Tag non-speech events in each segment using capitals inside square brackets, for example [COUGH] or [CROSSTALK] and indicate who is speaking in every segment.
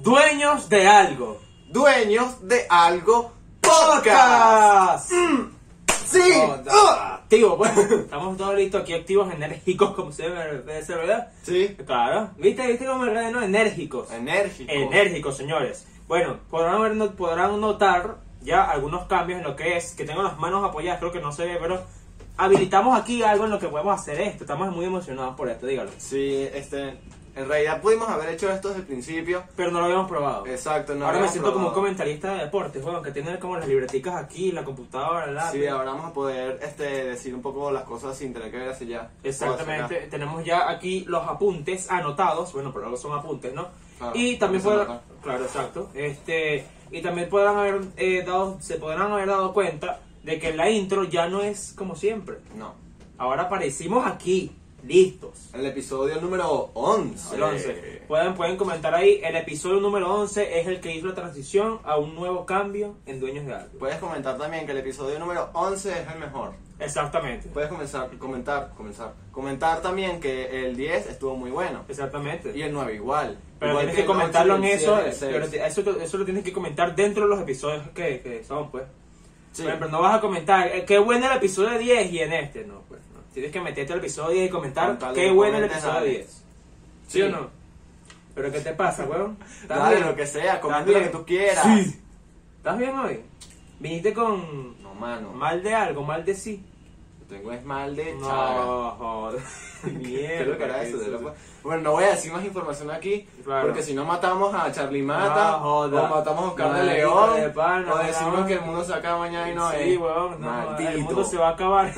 Speaker 1: Dueños de algo.
Speaker 2: Dueños de algo podcast.
Speaker 1: Podcast.
Speaker 2: Sí.
Speaker 1: No, no,
Speaker 2: Ah.
Speaker 1: Activo, pues. Estamos todos listos aquí, activos, enérgicos, como se debe ser, ¿verdad?
Speaker 2: Sí.
Speaker 1: Claro. ¿Viste, viste cómo me redenó? Enérgicos.
Speaker 2: Enérgico.
Speaker 1: Enérgicos, señores. Bueno, podrán, ver- no- podrán notar ya algunos cambios en lo que es, que tengo las manos apoyadas, creo que no se ve, pero habilitamos aquí algo en lo que podemos hacer esto. Estamos muy emocionados por esto, dígalo.
Speaker 2: Sí, este. En realidad pudimos haber hecho esto desde el principio.
Speaker 1: Pero no lo habíamos probado.
Speaker 2: Exacto, no
Speaker 1: ahora me
Speaker 2: habíamos
Speaker 1: siento como un
Speaker 2: probado.
Speaker 1: comentarista de deportes, bueno, que tienen como las libreticas aquí, la computadora, la...
Speaker 2: Sí, ahora vamos a poder este, decir un poco las cosas sin tener que ver hacia allá.
Speaker 1: Exactamente, tenemos ya aquí los apuntes anotados, bueno, pero luego son apuntes, ¿no?
Speaker 2: Claro,
Speaker 1: y también
Speaker 2: porque se
Speaker 1: podrán, claro, exacto, este, y también podrán haber eh, dado, se podrán haber dado cuenta de que la intro ya no es como siempre.
Speaker 2: O sea, No.
Speaker 1: Ahora aparecimos aquí, listos.
Speaker 2: El episodio número 11.
Speaker 1: El 11. Pueden, pueden comentar ahí, el episodio número 11 es el que hizo la transición a un nuevo cambio en Dueños de Algo.
Speaker 2: Puedes comentar también que el episodio número 11 es el mejor.
Speaker 1: Exactamente.
Speaker 2: Puedes comenzar, comentar, comenzar. Comentar también que el 10 estuvo muy bueno.
Speaker 1: Exactamente.
Speaker 2: Y el 9 igual.
Speaker 1: Pero
Speaker 2: igual
Speaker 1: tienes que
Speaker 2: el ocho,
Speaker 1: comentarlo en
Speaker 2: el
Speaker 1: eso, eh,
Speaker 2: siete, el seis.
Speaker 1: pero te- eso, te- eso lo tienes que comentar dentro de los episodios que, que son, pues.
Speaker 2: Sí.
Speaker 1: Por ejemplo, no vas a comentar, eh, qué bueno el episodio 10 y en este, no, pues. no. Tienes que meterte al episodio 10 y comentar,
Speaker 2: Con tal de
Speaker 1: qué
Speaker 2: que
Speaker 1: bueno el
Speaker 2: comentes
Speaker 1: episodio
Speaker 2: algo.
Speaker 1: 10. ¿Sí, o no? ¿Pero qué te pasa, weón? ¿Estás
Speaker 2: Dale
Speaker 1: bien?
Speaker 2: lo que sea, comenta
Speaker 1: ¿Estás
Speaker 2: lo
Speaker 1: bien?
Speaker 2: que tú quieras.
Speaker 1: Sí. ¿Estás bien hoy? Viniste con
Speaker 2: No, mano.
Speaker 1: mal de algo, mal de sí.
Speaker 2: Tengo es mal de chaga.
Speaker 1: No, joder. [LAUGHS]
Speaker 2: Creo que era
Speaker 1: Mierda.
Speaker 2: eso,
Speaker 1: qué
Speaker 2: de
Speaker 1: sucio.
Speaker 2: loco. Bueno, no voy a decir más información aquí,
Speaker 1: Claro.
Speaker 2: porque si no matamos a Charlie Mata,
Speaker 1: Ah, joda.
Speaker 2: o matamos a Oscar de
Speaker 1: Maldito
Speaker 2: León,
Speaker 1: de pana,
Speaker 2: o decimos
Speaker 1: weón.
Speaker 2: que el mundo se acaba mañana y no es.
Speaker 1: sí, weón, no,
Speaker 2: Maldito.
Speaker 1: el mundo se va a
Speaker 2: [LAUGHS]
Speaker 1: acabar.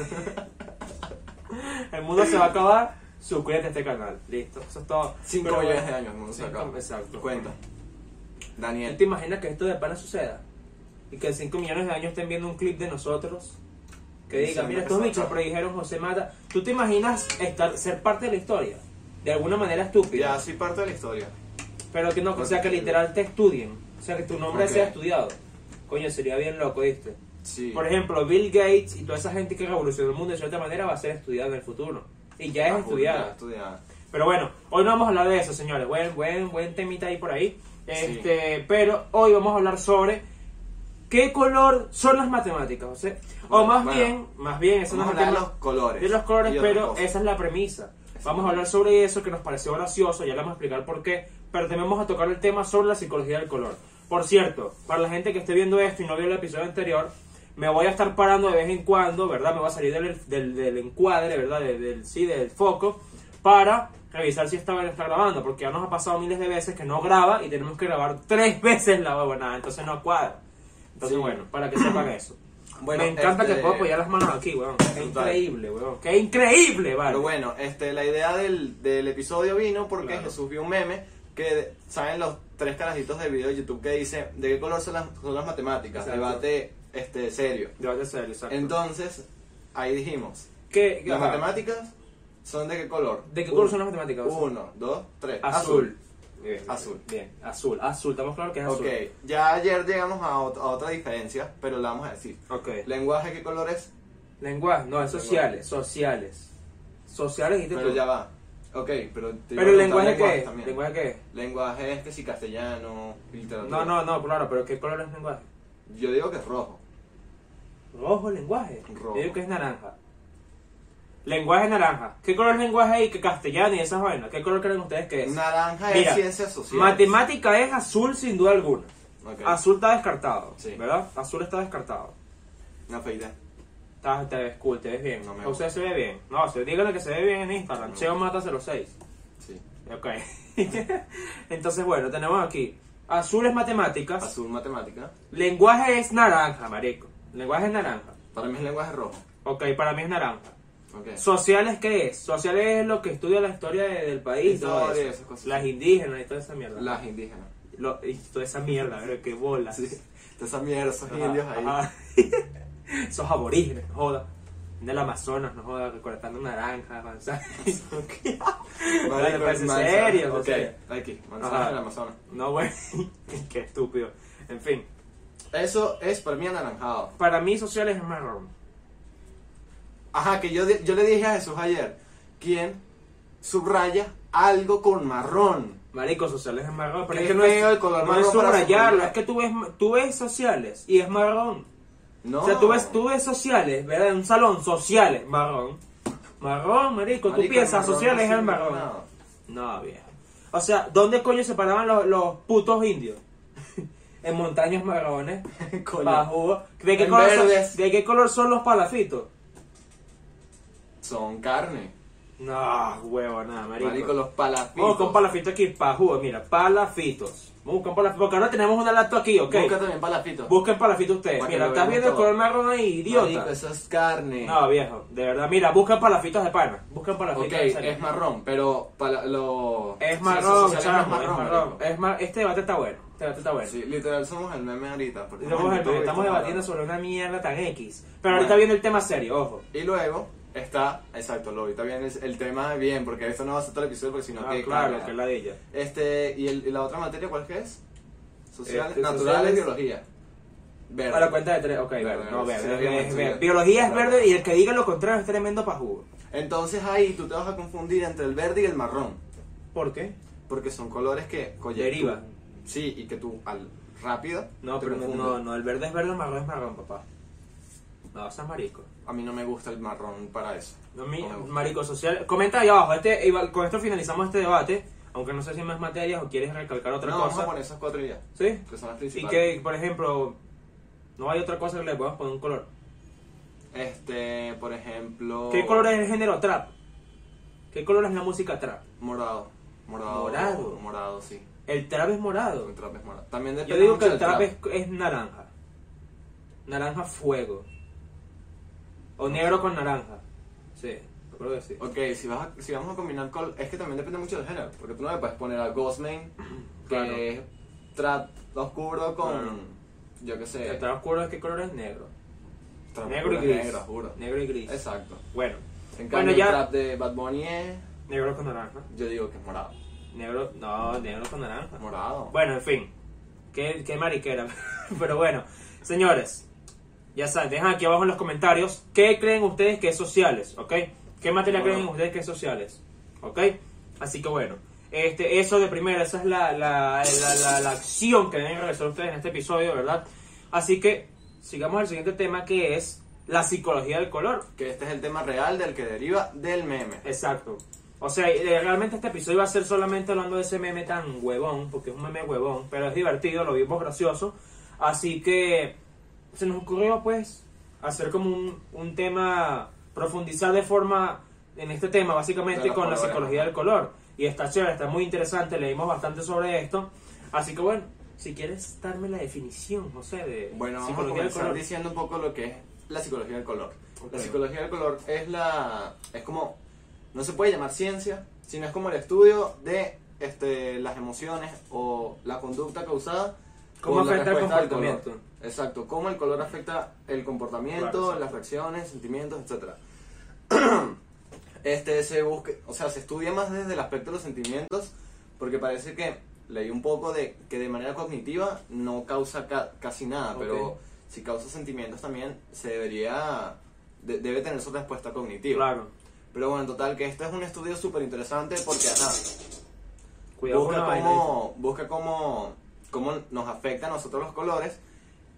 Speaker 1: el mundo se va a acabar. Suscríbete a este canal. Listo, eso es todo.
Speaker 2: Cinco
Speaker 1: Pero,
Speaker 2: millones de
Speaker 1: bueno,
Speaker 2: años, no se
Speaker 1: cinco-
Speaker 2: acaba.
Speaker 1: Exacto.
Speaker 2: Cuenta.
Speaker 1: ¿Tú
Speaker 2: Daniel.
Speaker 1: te imaginas que esto de pana suceda? Y que en 5 millones de años estén viendo un clip de nosotros. Que diga,
Speaker 2: Diciendo
Speaker 1: mira,
Speaker 2: que
Speaker 1: estos
Speaker 2: se
Speaker 1: bichos
Speaker 2: acaba.
Speaker 1: predijeron José Mata. ¿Tú te imaginas estar, ser parte de la historia? De alguna manera estúpida.
Speaker 2: Ya, soy parte de la historia.
Speaker 1: Pero que no, o sea, que literal te estudien. O sea, que tu nombre
Speaker 2: Ok.
Speaker 1: sea estudiado. Coño, sería bien loco, ¿viste?
Speaker 2: Sí.
Speaker 1: Por ejemplo, Bill Gates y toda esa gente que revolucionó el mundo de cierta manera va a ser estudiada en el futuro. Y ya es
Speaker 2: Ah,
Speaker 1: estudiada.
Speaker 2: estudiada.
Speaker 1: Pero bueno, hoy no vamos a hablar de eso, señores. Buen, buen, buen temita ahí por ahí. Este, Pero hoy vamos a hablar sobre qué color son las matemáticas, José. O
Speaker 2: Bueno,
Speaker 1: más
Speaker 2: bueno.
Speaker 1: bien, más bien, eso
Speaker 2: Vamos a
Speaker 1: no es
Speaker 2: hablar de
Speaker 1: el tema-
Speaker 2: los colores.
Speaker 1: de los colores,
Speaker 2: y otras
Speaker 1: pero
Speaker 2: cosas.
Speaker 1: esa es la premisa. Vamos a hablar sobre eso que nos pareció gracioso, ya le vamos a explicar por qué, pero también vamos a tocar el tema sobre la psicología del color. Por cierto, para la gente que esté viendo esto y no vio el episodio anterior, me voy a estar parando de vez en cuando, ¿verdad? Me voy a salir del, del- del encuadre, ¿verdad? Del, del- sí, del foco, para revisar si esta vez está grabando, porque ya nos ha pasado miles de veces que no graba y tenemos que grabar tres [LAUGHS] veces la huevonada, entonces no cuadra. Entonces,
Speaker 2: Sí.
Speaker 1: bueno, para que sepan eso.
Speaker 2: Bueno,
Speaker 1: me encanta
Speaker 2: este-
Speaker 1: que puedo apoyar las manos aquí, weón. Qué
Speaker 2: Total.
Speaker 1: increíble, weón. Qué increíble, vale.
Speaker 2: Pero bueno, este, la idea del, del episodio vino porque
Speaker 1: Claro.
Speaker 2: Jesús vio un meme que saben los tres carajitos de video de YouTube que dice de qué color son las, son las matemáticas,
Speaker 1: Exacto.
Speaker 2: debate este serio.
Speaker 1: Debate serio, exacto.
Speaker 2: Entonces, ahí dijimos,
Speaker 1: ¿Qué, qué-
Speaker 2: las
Speaker 1: ajá.
Speaker 2: matemáticas son de qué color?
Speaker 1: ¿De qué color son las matemáticas?
Speaker 2: Uno, Uno, dos, tres.
Speaker 1: Azul. Bien,
Speaker 2: Azul.
Speaker 1: Bien, azul, azul. Estamos claros que es azul.
Speaker 2: Ok, ya ayer llegamos a, ot- a otra diferencia, pero la vamos a decir.
Speaker 1: Ok.
Speaker 2: Lenguaje, ¿qué color es?
Speaker 1: Lenguaje, no, es sociales, sociales. Sociales y
Speaker 2: Pero ya va. Ok,
Speaker 1: Pero
Speaker 2: pero... te iba a
Speaker 1: el
Speaker 2: preguntar
Speaker 1: lenguaje qué
Speaker 2: lenguajes
Speaker 1: es?
Speaker 2: también.
Speaker 1: ¿Lenguaje qué es?
Speaker 2: Lenguaje es que si castellano,
Speaker 1: No,
Speaker 2: literatura.
Speaker 1: no, no, claro, pero ¿qué color es lenguaje?
Speaker 2: Yo digo que es rojo.
Speaker 1: Rojo, lenguaje.
Speaker 2: Rojo.
Speaker 1: Yo digo que es naranja. Lenguaje naranja. ¿Qué color es lenguaje ahí? Que castellano y esas vainas. ¿Qué color creen ustedes que es?
Speaker 2: Naranja
Speaker 1: Mira,
Speaker 2: es ciencia social.
Speaker 1: Matemática es azul sin duda alguna.
Speaker 2: Ok.
Speaker 1: Azul está descartado,
Speaker 2: Sí.
Speaker 1: ¿verdad? Azul está descartado.
Speaker 2: Una feita.
Speaker 1: Estás- te ves cool, te ves bien.
Speaker 2: No me
Speaker 1: José se ve bien. No, se, díganle que se ve bien en Instagram.
Speaker 2: No.
Speaker 1: Cheo Mata 06.
Speaker 2: Sí.
Speaker 1: Ok. [LAUGHS] Entonces, bueno, tenemos aquí. Azul es matemáticas.
Speaker 2: Azul matemática.
Speaker 1: Lenguaje es naranja, marico. Lenguaje es naranja.
Speaker 2: Para mí es lenguaje rojo.
Speaker 1: Ok, para mí es naranja.
Speaker 2: Ok.
Speaker 1: ¿Sociales qué es? Sociales es lo que estudia la historia de- del país. todo
Speaker 2: Historia,
Speaker 1: eso.
Speaker 2: esas cosas.
Speaker 1: Las indígenas y toda esa mierda.
Speaker 2: Las indígenas.
Speaker 1: Lo- y toda esa mierda, pero qué bola.
Speaker 2: [LAUGHS] Sí. Toda esa mierda, esos
Speaker 1: Ah, Ajá,
Speaker 2: indios ahí.
Speaker 1: ajá. [LAUGHS] Esos aborígenes, no joda. En el Amazonas, no joda, recolectando naranjas,
Speaker 2: [LAUGHS]
Speaker 1: manzanas. Dale, pues, en
Speaker 2: manzana.
Speaker 1: serio, en
Speaker 2: Ok,
Speaker 1: serio.
Speaker 2: aquí,
Speaker 1: Ajá.
Speaker 2: manzana del Amazonas.
Speaker 1: No, güey, [LAUGHS] qué estúpido. En fin,
Speaker 2: Eso es para mí anaranjado.
Speaker 1: para mí sociales es marrón.
Speaker 2: Ajá, que yo, di- yo le dije a Jesús ayer, ¿quién subraya algo con marrón?
Speaker 1: Marico, sociales es marrón. Pero
Speaker 2: Qué
Speaker 1: es que no es,
Speaker 2: feo el color
Speaker 1: no
Speaker 2: marrón
Speaker 1: es
Speaker 2: para
Speaker 1: subrayarlo.
Speaker 2: subrayar.
Speaker 1: Es que tú ves, tú ves sociales y es marrón.
Speaker 2: No.
Speaker 1: O sea, tú ves, tú ves sociales, ¿verdad? En un salón, sociales, marrón. Marrón, marico, tú
Speaker 2: Marico, el
Speaker 1: piensas,
Speaker 2: marrón
Speaker 1: sociales es
Speaker 2: no [LAUGHS]
Speaker 1: el
Speaker 2: sirve
Speaker 1: marrón.
Speaker 2: para nada.
Speaker 1: No, viejo. O sea, ¿dónde coño se paraban los, los putos indios? [LAUGHS] en montañas marrones.
Speaker 2: [LAUGHS] Coño.
Speaker 1: bajo- ¿De qué,
Speaker 2: En
Speaker 1: color son,
Speaker 2: verdes.
Speaker 1: ¿De qué color son los palafitos?
Speaker 2: Son carne.
Speaker 1: No, huevo, nada, marico.
Speaker 2: Marico, los
Speaker 1: Vamos
Speaker 2: palafitos.
Speaker 1: con palafitos aquí, pajú, mira, palafitos. Vamos con palafitos, porque ahora tenemos una laptop aquí, ¿ok?
Speaker 2: Busca también palafitos.
Speaker 1: Busquen palafitos ustedes.
Speaker 2: Para que
Speaker 1: mira,
Speaker 2: lo
Speaker 1: estás
Speaker 2: veamos
Speaker 1: viendo el
Speaker 2: todo.
Speaker 1: color marrón ahí,
Speaker 2: Marico,
Speaker 1: idiota.
Speaker 2: eso es carne.
Speaker 1: No, viejo, de verdad. Mira, busquen palafitos de pana. Busquen
Speaker 2: ok,
Speaker 1: palafitos de serio.
Speaker 2: es marrón, pero para lo...
Speaker 1: Es
Speaker 2: sí,
Speaker 1: marrón,
Speaker 2: sí, sí,
Speaker 1: chamo,
Speaker 2: es marrón.
Speaker 1: es marrón.
Speaker 2: marico.
Speaker 1: Es mar- Este debate está bueno. Este debate está bueno.
Speaker 2: Sí, literal somos el meme ahorita. porque
Speaker 1: Estamos,
Speaker 2: en YouTube y
Speaker 1: estamos
Speaker 2: todo,
Speaker 1: debatiendo
Speaker 2: ¿no?
Speaker 1: sobre una mierda tan X. Pero
Speaker 2: Bueno.
Speaker 1: ahorita viene el tema serio, ojo.
Speaker 2: Y luego está, exacto, lo ahorita viene el, el tema bien, porque esto no va a ser todo el episodio, porque si no,
Speaker 1: Ah,
Speaker 2: que
Speaker 1: claro,
Speaker 2: caga.
Speaker 1: que es la de ella.
Speaker 2: Este, y, el- y la otra materia, ¿cuál que es? Sociales,
Speaker 1: Este,
Speaker 2: naturales,
Speaker 1: sociales.
Speaker 2: biología. Verde.
Speaker 1: A la cuenta de tres, ok, verde.
Speaker 2: Verde,
Speaker 1: No,
Speaker 2: sí,
Speaker 1: verde,
Speaker 2: sí,
Speaker 1: es
Speaker 2: sí,
Speaker 1: verde.
Speaker 2: sí.
Speaker 1: Biología es verde y el que diga lo contrario es tremendo pajugo.
Speaker 2: Entonces ahí tú te vas a confundir entre el verde y el marrón,
Speaker 1: ¿Por qué?
Speaker 2: porque son colores que... coye,
Speaker 1: Deriva.
Speaker 2: tú- sí, y que tú al rápido...
Speaker 1: No,
Speaker 2: te
Speaker 1: pero no,
Speaker 2: confundes.
Speaker 1: no, no, el verde es verde, el marrón es marrón, papá. No, seas marico.
Speaker 2: A mí no me gusta el marrón para eso.
Speaker 1: No, mi-
Speaker 2: No me gusta.
Speaker 1: marico social. Comenta ahí abajo, este, Iba- con esto finalizamos este debate, aunque no sé si hay más materias o quieres recalcar otra
Speaker 2: no, vamos a
Speaker 1: cosa.
Speaker 2: poner esas cuatro ideas,
Speaker 1: ¿Sí?
Speaker 2: que son las
Speaker 1: Y
Speaker 2: principales.
Speaker 1: que, por ejemplo, no hay otra cosa que le podamos poner un color.
Speaker 2: Este, por ejemplo...
Speaker 1: ¿Qué color es el género trap? ¿Qué color es la música trap?
Speaker 2: Morado. Morado.
Speaker 1: Morado.
Speaker 2: Morado, sí.
Speaker 1: El trap es morado.
Speaker 2: El trap es morado. También depende
Speaker 1: Yo digo
Speaker 2: mucho
Speaker 1: que el
Speaker 2: del
Speaker 1: trap es, es naranja. Naranja fuego. O negro con naranja. Sí, yo creo que sí.
Speaker 2: Ok, si, vas a- si vamos a combinar con... Es que también depende mucho del género. Porque tú no le puedes poner a Ghostman, que
Speaker 1: Claro.
Speaker 2: es trap oscuro con...
Speaker 1: Claro.
Speaker 2: Yo qué sé.
Speaker 1: El trap oscuro es qué color es negro.
Speaker 2: trap
Speaker 1: negro y
Speaker 2: oscuro es
Speaker 1: gris.
Speaker 2: Negro, oscuro.
Speaker 1: Negro y gris.
Speaker 2: Exacto.
Speaker 1: Bueno,
Speaker 2: En
Speaker 1: Bueno,
Speaker 2: cambio,
Speaker 1: ya-
Speaker 2: el trap de Bad Bunny es...
Speaker 1: negro con naranja.
Speaker 2: Yo digo que es morado.
Speaker 1: Negro, no, negro con naranja.
Speaker 2: Morado.
Speaker 1: Bueno, en fin. Qué, qué mariquera. [LAUGHS] Pero bueno, señores. Ya saben, dejan aquí abajo en los comentarios qué creen ustedes que es sociales, ¿ok? ¿Qué materia
Speaker 2: Bueno.
Speaker 1: creen ustedes que es sociales? ¿Ok? Así que bueno, este, eso de primera, esa es la, la, la, la- la acción que deben realizar ustedes en este episodio, ¿verdad? Así que sigamos al siguiente tema que es la psicología del color.
Speaker 2: Que este es el tema real del que deriva del meme.
Speaker 1: Exacto. O sea, y, eh, realmente este episodio va a ser solamente hablando de ese meme tan huevón, porque es un meme huevón, pero es divertido, lo vimos gracioso. Así que se nos ocurrió pues hacer como un, un tema, profundizar de forma en este tema básicamente
Speaker 2: De los
Speaker 1: con la
Speaker 2: colores.
Speaker 1: psicología del color. Y está chévere, está muy interesante, leímos bastante sobre esto. Así que bueno, si quieres darme la definición, José, de
Speaker 2: Bueno, vamos a
Speaker 1: psicología del
Speaker 2: comenzar
Speaker 1: color.
Speaker 2: diciendo un poco lo que es la psicología del color.
Speaker 1: Ok.
Speaker 2: La psicología del color es la es como no se puede llamar ciencia, sino es como el estudio de este, las emociones o la conducta causada
Speaker 1: Cómo
Speaker 2: por la
Speaker 1: afecta el
Speaker 2: respuesta al
Speaker 1: comportamiento.
Speaker 2: color. Exacto, cómo el color afecta el comportamiento,
Speaker 1: Claro, exacto.
Speaker 2: las reacciones, sentimientos, etcétera. [CLEARS THROAT] Este se busca, o sea, se estudia más desde el aspecto de los sentimientos, porque parece que leí un poco de que de manera cognitiva no causa ca- casi nada,
Speaker 1: Ok.
Speaker 2: pero si causa sentimientos también se debería de- debe tener su respuesta cognitiva.
Speaker 1: Claro.
Speaker 2: Pero bueno, en total que este es un estudio súper interesante porque ajá,
Speaker 1: Cuidado con
Speaker 2: busca
Speaker 1: la vaina,
Speaker 2: cómo busca cómo cómo nos afecta a nosotros los colores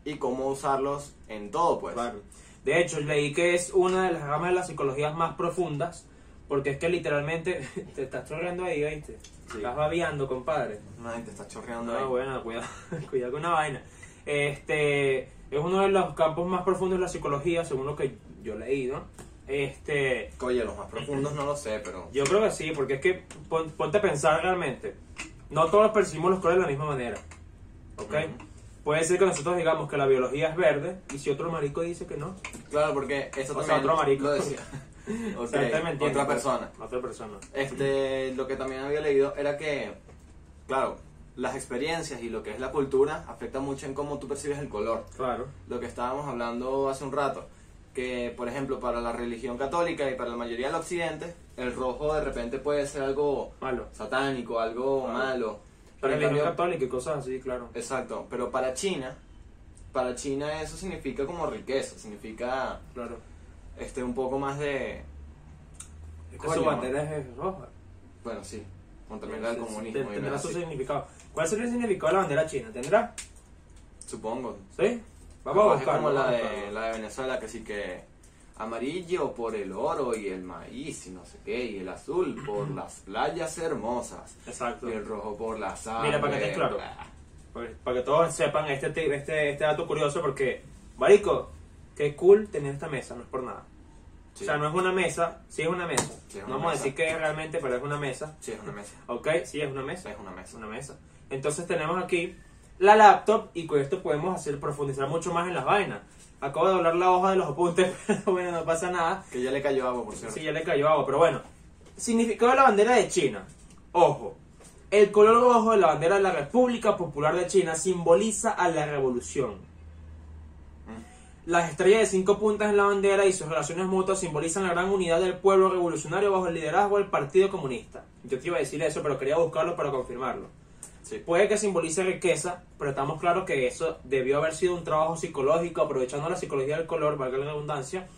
Speaker 2: y cómo usarlos en todo, pues.
Speaker 1: Claro. De hecho, leí que es una de las ramas de las psicologías más profundas, porque es que literalmente [LAUGHS] te estás chorreando ahí, ¿viste?
Speaker 2: Sí.
Speaker 1: Estás babeando, compadre.
Speaker 2: Ay, te está chorreando ahí.
Speaker 1: No, bueno, [LAUGHS] cuidado, cuidado con una vaina. Este, es uno de los campos más profundos de la psicología, según lo que yo leí, ¿no? Este,
Speaker 2: Oye, los más profundos no lo sé, pero
Speaker 1: [LAUGHS] yo creo que sí, porque es que pon- ponte a pensar realmente. No todos percibimos los colores de la misma manera. ¿Ok?
Speaker 2: Ujú.
Speaker 1: Puede ser que nosotros digamos que la biología es verde y si otro marico dice que no,
Speaker 2: Claro, porque eso
Speaker 1: O
Speaker 2: también
Speaker 1: sea, otro marico.
Speaker 2: lo decía. Ok,
Speaker 1: [LAUGHS] O sea, ustedes me entienden,
Speaker 2: otra
Speaker 1: pues.
Speaker 2: persona.
Speaker 1: Otra persona.
Speaker 2: Este, lo que también había leído era que, claro, las experiencias y lo que es la cultura afecta mucho en cómo tú percibes el color.
Speaker 1: Claro.
Speaker 2: Lo que estábamos hablando hace un rato, que por ejemplo para la religión católica y para la mayoría del occidente, el rojo de repente puede ser algo
Speaker 1: Malo.
Speaker 2: satánico, algo
Speaker 1: Claro.
Speaker 2: malo.
Speaker 1: Para
Speaker 2: en
Speaker 1: la religión
Speaker 2: cambio- Eh,
Speaker 1: católica y cosas así, claro.
Speaker 2: Exacto, pero para China, para China eso significa como riqueza, significa
Speaker 1: Claro.
Speaker 2: este un poco más de
Speaker 1: Es que
Speaker 2: Coño,
Speaker 1: su bandera es roja.
Speaker 2: Bueno, sí. Montaña del comunismo. y
Speaker 1: Tendrá
Speaker 2: vainas
Speaker 1: su
Speaker 2: así.
Speaker 1: significado. ¿Cuál sería el significado de la bandera china? ¿Tendrá?
Speaker 2: Supongo.
Speaker 1: ¿Sí? Vamos a
Speaker 2: Es
Speaker 1: buscarlo.
Speaker 2: como la
Speaker 1: vamos a
Speaker 2: de,
Speaker 1: buscarlo.
Speaker 2: la de Venezuela, que sí que amarillo por el oro y el maíz y no sé qué, y el azul
Speaker 1: [CLEARS THROAT]
Speaker 2: por las playas hermosas,
Speaker 1: Exacto.
Speaker 2: y el rojo por la sangre.
Speaker 1: Mira, para que estés claro.
Speaker 2: bla.
Speaker 1: Para para que todos sepan este, ti- este, este dato curioso porque, marico, qué cool tener esta mesa, no es por nada.
Speaker 2: Sí.
Speaker 1: O sea, no es una mesa, sí es una mesa.
Speaker 2: Sí,
Speaker 1: no
Speaker 2: es una
Speaker 1: vamos a
Speaker 2: mesa.
Speaker 1: decir que es realmente, pero es una mesa.
Speaker 2: Sí, es una mesa.
Speaker 1: ¿Ok? Sí, es una mesa.
Speaker 2: Es una mesa.
Speaker 1: una mesa. Entonces tenemos aquí la laptop y con esto podemos hacer profundizar mucho más en las vainas. Acabo de doblar la hoja de los apuntes, [LAUGHS] pero bueno, no pasa nada.
Speaker 2: Que ya le cayó agua, por cierto.
Speaker 1: Sí, ya le cayó agua, pero bueno. Significado de la bandera de China. Ojo. El color rojo de la bandera de la República Popular de China simboliza a la revolución. Las estrellas de cinco puntas en la bandera y sus relaciones mutuas simbolizan la gran unidad del pueblo revolucionario bajo el liderazgo del Partido Comunista. Yo te iba a decir eso, pero quería buscarlo para confirmarlo.
Speaker 2: Sí.
Speaker 1: Puede que simbolice riqueza, pero estamos claros que eso debió haber sido un trabajo psicológico, aprovechando la psicología del color, valga la redundancia,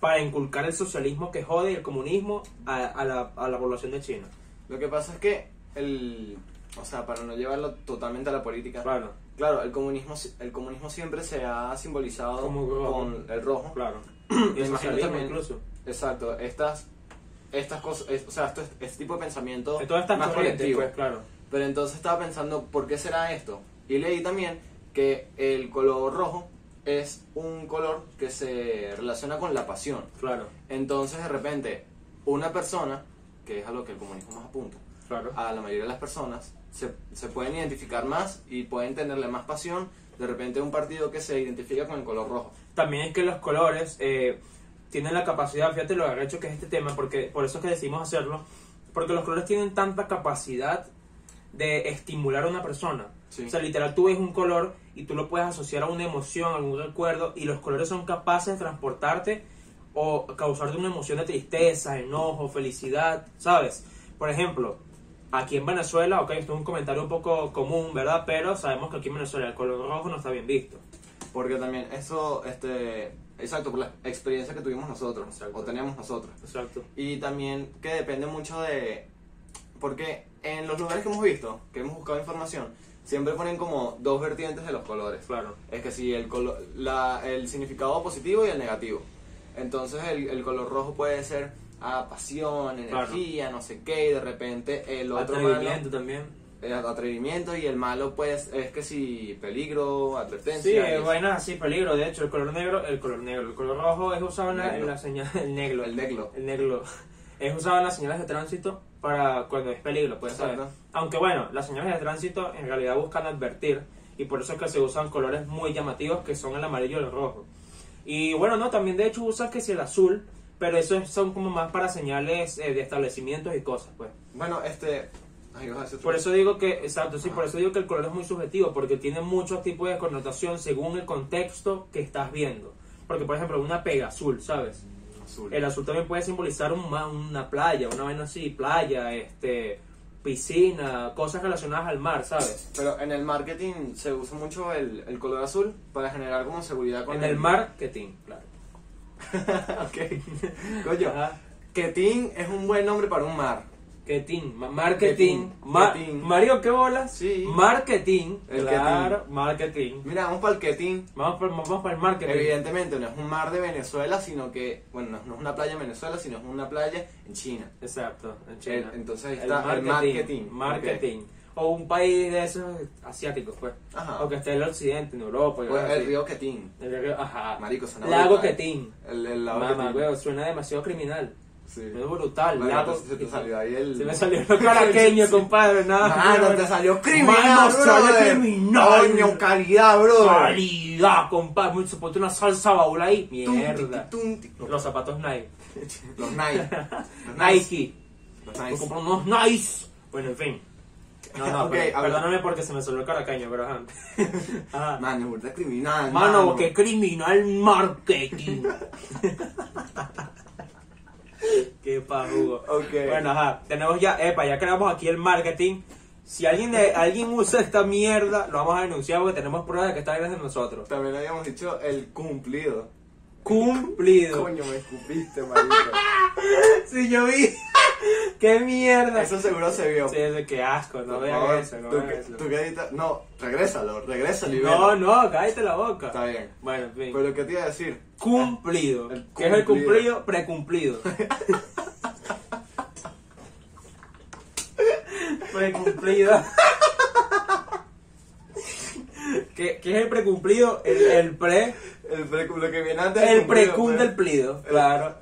Speaker 1: para inculcar el socialismo que jode y el comunismo a, a la, a la población de China.
Speaker 2: Lo que pasa es que el... O sea, para no llevarlo totalmente a la política.
Speaker 1: Claro,
Speaker 2: Claro, el comunismo, si- el comunismo siempre se ha simbolizado
Speaker 1: Como rojo.
Speaker 2: con el rojo. [CLEARS THROAT]
Speaker 1: claro.
Speaker 2: Me
Speaker 1: Y el
Speaker 2: imagino
Speaker 1: socialismo
Speaker 2: también.
Speaker 1: incluso.
Speaker 2: Exacto, estas, estas cosas, es- o sea, esto es- este tipo de pensamiento
Speaker 1: De todas estas
Speaker 2: más
Speaker 1: corrientes,
Speaker 2: colectivo.
Speaker 1: pues, claro.
Speaker 2: Pero entonces estaba pensando, ¿por qué será esto? Y leí también que el color rojo es un color que se relaciona con la pasión.
Speaker 1: Claro,
Speaker 2: Entonces, de repente, una persona, que es a lo que el comunismo más apunta,
Speaker 1: claro.
Speaker 2: a la mayoría de las personas se, se pueden identificar más y pueden tenerle más pasión. De repente, un partido que se identifica con el color rojo.
Speaker 1: También es que los colores eh, tienen la capacidad, fíjate lo hecho que es este tema, porque por eso es que decidimos hacerlo, porque los colores tienen tanta capacidad de estimular a una persona.
Speaker 2: Sí.
Speaker 1: O sea, literal, tú ves un color y tú lo puedes asociar a una emoción, a algún recuerdo, y los colores son capaces de transportarte o causarte una emoción de tristeza, enojo, felicidad, ¿sabes? Por ejemplo, aquí en Venezuela, ok, esto es un comentario un poco común, ¿verdad? Pero sabemos que aquí en Venezuela el color rojo no está bien visto.
Speaker 2: Porque también eso, este, exacto, por la experiencia que tuvimos nosotros,
Speaker 1: Exacto.
Speaker 2: o tenemos nosotros.
Speaker 1: Exacto.
Speaker 2: Y también que depende mucho de, porque en los lugares que hemos visto, que hemos buscado información, siempre ponen como dos vertientes de los colores.
Speaker 1: Claro.
Speaker 2: Es que si el, colo- la- el significado positivo y el negativo. Entonces el, el color rojo puede ser ah, pasión,
Speaker 1: Claro.
Speaker 2: energía, no sé qué, y de repente el otro
Speaker 1: Atrevimiento también.
Speaker 2: malo, eh, atrevimiento, y el malo pues es que si peligro, advertencia.
Speaker 1: Sí,
Speaker 2: y
Speaker 1: eh,
Speaker 2: eso.
Speaker 1: vainas así, peligro. De hecho, el color negro, el color negro, el color rojo es usado en la,
Speaker 2: Negro.
Speaker 1: en la señal, [LAUGHS] el negro,
Speaker 2: El negro.
Speaker 1: el negro [LAUGHS] es usado en las señales de tránsito para cuando es peligro, pues. ¿sabes?
Speaker 2: Exacto.
Speaker 1: Aunque bueno, las señales de tránsito en realidad buscan advertir y por eso es que se usan colores muy llamativos que son el amarillo y el rojo. Y bueno, no, también de hecho usas que si el azul, pero eso son como más para señales eh, de establecimientos y cosas, pues.
Speaker 2: Bueno, este. Ay, vas a decir otra
Speaker 1: Por
Speaker 2: cosa.
Speaker 1: eso digo que, exacto, sí, por eso digo que el color es muy subjetivo, porque tiene muchos tipos de connotación según el contexto que estás viendo. Porque, por ejemplo, una pega azul, ¿sabes?
Speaker 2: Azul.
Speaker 1: El azul también puede simbolizar un, ma- una playa, una vaina así, playa, este, piscina, cosas relacionadas al mar, ¿sabes?
Speaker 2: Pero en el marketing se usa mucho el, el color azul para generar como seguridad con
Speaker 1: En el marketing, claro.
Speaker 2: [LAUGHS]
Speaker 1: [LAUGHS]
Speaker 2: ok. Coño.
Speaker 1: Ajá.
Speaker 2: Ketin es un buen nombre para un mar.
Speaker 1: Marketing, ma- marketing,
Speaker 2: Keting,
Speaker 1: ma-
Speaker 2: keting.
Speaker 1: Mario, ¿qué bolas?
Speaker 2: Sí.
Speaker 1: Marketing,
Speaker 2: El
Speaker 1: claro, marketing.
Speaker 2: Mira, vamos para el Ketin.
Speaker 1: Vamos por, vamos por el marketing.
Speaker 2: Evidentemente no es un mar de Venezuela, sino que. Bueno, no, no es una playa en Venezuela, sino es una playa en China.
Speaker 1: Exacto, en China.
Speaker 2: El- entonces ahí está el marketing.
Speaker 1: marketing. O un país de esos asiáticos, pues.
Speaker 2: Ajá.
Speaker 1: O que esté en el occidente, en Europa. y
Speaker 2: Ah. Pues
Speaker 1: cosas
Speaker 2: el
Speaker 1: así.
Speaker 2: río Ketin.
Speaker 1: El río, ajá.
Speaker 2: Marico, suena
Speaker 1: Lago
Speaker 2: brutal.
Speaker 1: Quetín.
Speaker 2: El, el lago
Speaker 1: Mamá,
Speaker 2: Ketin.
Speaker 1: huevo, suena demasiado criminal.
Speaker 2: Sí.
Speaker 1: Es brutal.
Speaker 2: Bueno,
Speaker 1: Lago
Speaker 2: se te
Speaker 1: Quetín.
Speaker 2: salió ahí el.
Speaker 1: Se me salió
Speaker 2: [LAUGHS]
Speaker 1: el caraqueño, compadre. Nada.
Speaker 2: Mano, Ah, te salió criminal,
Speaker 1: Mano, salió
Speaker 2: brother.
Speaker 1: criminal.
Speaker 2: Coño, calidad, bro.
Speaker 1: Calidad, compadre. Me hizo ponte una salsa baúl ahí. Mierda. Los zapatos Nike.
Speaker 2: Los Nike. Los
Speaker 1: Nike.
Speaker 2: Los
Speaker 1: Me
Speaker 2: Nike.
Speaker 1: compré unos nice. Bueno, en fin. No, no,
Speaker 2: [LAUGHS] Ok,
Speaker 1: pero-
Speaker 2: a ver.
Speaker 1: perdóname porque se me salió el caracaño, pero
Speaker 2: [LAUGHS]
Speaker 1: ajá. Ajá.
Speaker 2: Mano, burda criminal.
Speaker 1: Mano, qué criminal
Speaker 2: [LAUGHS]
Speaker 1: marketing. qué pajugo.
Speaker 2: Ok.
Speaker 1: Bueno, ajá, tenemos ya, epa, ya creamos aquí el marketing. Si alguien, de- alguien usa esta mierda, lo vamos a denunciar porque tenemos pruebas de que está bien de nosotros.
Speaker 2: También habíamos dicho el cumplido.
Speaker 1: Cumplido.
Speaker 2: [LAUGHS] Coño, me escupiste, marico.
Speaker 1: Si yo vi. [LAUGHS] ¡Qué mierda!
Speaker 2: Eso seguro se vio.
Speaker 1: Sí, es de que asco, no
Speaker 2: Por
Speaker 1: vean
Speaker 2: favor,
Speaker 1: eso, no
Speaker 2: tú
Speaker 1: vean
Speaker 2: que-
Speaker 1: eso.
Speaker 2: tú que edita- No, regrésalo, regrésalo y
Speaker 1: No,
Speaker 2: velo.
Speaker 1: no, cállate la boca.
Speaker 2: Está bien.
Speaker 1: Bueno, en fin.
Speaker 2: Pero lo que te iba a decir,
Speaker 1: Cumplido.
Speaker 2: El
Speaker 1: ¿Qué es el cumplido?
Speaker 2: cumplido. [LAUGHS]
Speaker 1: Precumplido. precumplido. ¿Qué, ¿Qué es el precumplido? El, el pre.
Speaker 2: el pre- lo que viene antes del
Speaker 1: El
Speaker 2: cumplido,
Speaker 1: precum
Speaker 2: pre-
Speaker 1: del plido.
Speaker 2: el-
Speaker 1: Claro.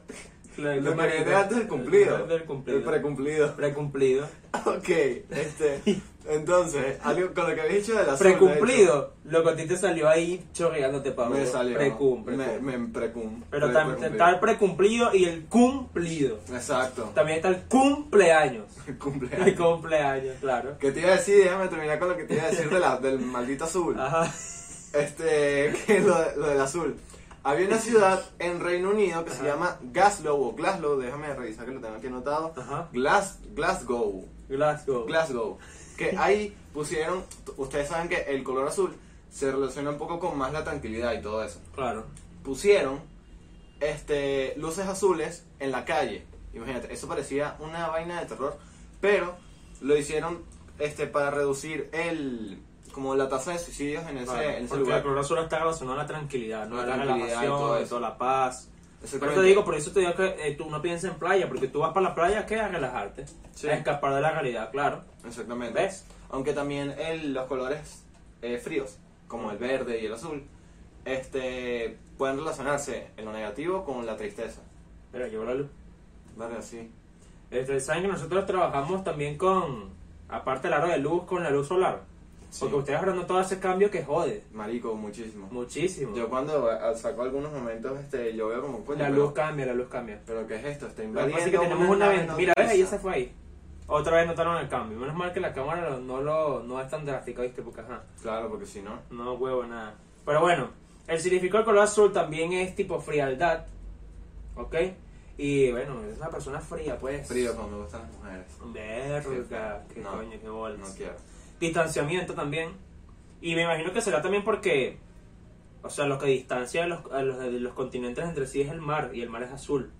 Speaker 2: Lo que viene
Speaker 1: Marica,
Speaker 2: antes del cumplido.
Speaker 1: El, del cumplido.
Speaker 2: El precumplido.
Speaker 1: precumplido.
Speaker 2: [LAUGHS] Ok, este. Entonces, algo con lo que habéis dicho de la
Speaker 1: Precumplido. Lo que a ti te salió ahí chorreándote, Pablo.
Speaker 2: Me salió.
Speaker 1: Precum, precum.
Speaker 2: Me, me precum.
Speaker 1: Pero
Speaker 2: pre-
Speaker 1: tam-
Speaker 2: precumplido.
Speaker 1: está el precumplido y el cumplido.
Speaker 2: Exacto.
Speaker 1: También está el cumpleaños.
Speaker 2: [LAUGHS]
Speaker 1: El
Speaker 2: Cumpleaños.
Speaker 1: cumpleaños, claro.
Speaker 2: ¿Qué te iba a decir? Déjame terminar con lo que te iba a decir de la- del maldito azul.
Speaker 1: Ajá.
Speaker 2: Este, que lo, de- lo del azul. Había una ciudad en Reino Unido que se
Speaker 1: Ajá.
Speaker 2: llama Glasgow o Glasgow, déjame revisar que lo tengo aquí anotado.
Speaker 1: Ajá.
Speaker 2: Glas, Glasgow.
Speaker 1: Glasgow.
Speaker 2: Glasgow. Que ahí pusieron, ustedes saben que el color azul se relaciona un poco con más la tranquilidad y todo eso.
Speaker 1: claro.
Speaker 2: Pusieron este luces azules en la calle. Imagínate, eso parecía una vaina de terror, pero lo hicieron este para reducir el como la tasa de suicidios en ese,
Speaker 1: claro.
Speaker 2: en ese
Speaker 1: Porque
Speaker 2: lugar.
Speaker 1: el color azul está relacionado a la tranquilidad, ¿no?
Speaker 2: La
Speaker 1: A la
Speaker 2: tranquilidad y
Speaker 1: relajación,
Speaker 2: todo
Speaker 1: todo
Speaker 2: eso.
Speaker 1: eso, la paz. Por eso
Speaker 2: Exactamente.
Speaker 1: te digo, por eso te digo que eh, tú no piensas en playa, porque tú vas para la playa, ¿qué? A relajarte.
Speaker 2: Sí.
Speaker 1: A escapar de la realidad, claro.
Speaker 2: Exactamente.
Speaker 1: ¿Ves?
Speaker 2: Aunque también el- los colores eh, fríos, como el verde y el azul, este pueden relacionarse en lo negativo con la tristeza.
Speaker 1: Mira, llevo la luz.
Speaker 2: Verga, sí.
Speaker 1: Este, Saben que nosotros trabajamos también con, aparte del aro de luz, con la luz solar.
Speaker 2: Sí.
Speaker 1: Porque ustedes habrán notado ese cambio que jode.
Speaker 2: Marico, muchísimo.
Speaker 1: Muchísimo.
Speaker 2: Yo cuando a- saco algunos momentos, este, yo veo como, coño,
Speaker 1: la
Speaker 2: pero,
Speaker 1: luz cambia, la luz cambia.
Speaker 2: pero ¿qué es esto?
Speaker 1: Lo
Speaker 2: Está
Speaker 1: que
Speaker 2: invadiendo
Speaker 1: pasa es que tenemos una
Speaker 2: nave
Speaker 1: ventana. Mira, ves,
Speaker 2: nodriza.
Speaker 1: ella se fue ahí. Otra vez notaron el cambio. Menos mal que la cámara lo- no, lo, no es tan drástica, ¿viste? Porque ajá,
Speaker 2: Claro, porque si no...
Speaker 1: no huevo nada. Pero bueno, el significado del color azul también es tipo frialdad. ¿Ok? Y bueno, es una persona fría, pues.
Speaker 2: Frío como me gustan las mujeres.
Speaker 1: Verga, qué
Speaker 2: No,
Speaker 1: coño, qué bolas.
Speaker 2: No quiero.
Speaker 1: Distanciamiento también. Y me imagino que será también porque. O sea, lo que distancia a los, a los, de los continentes entre sí es el mar, y el mar es azul.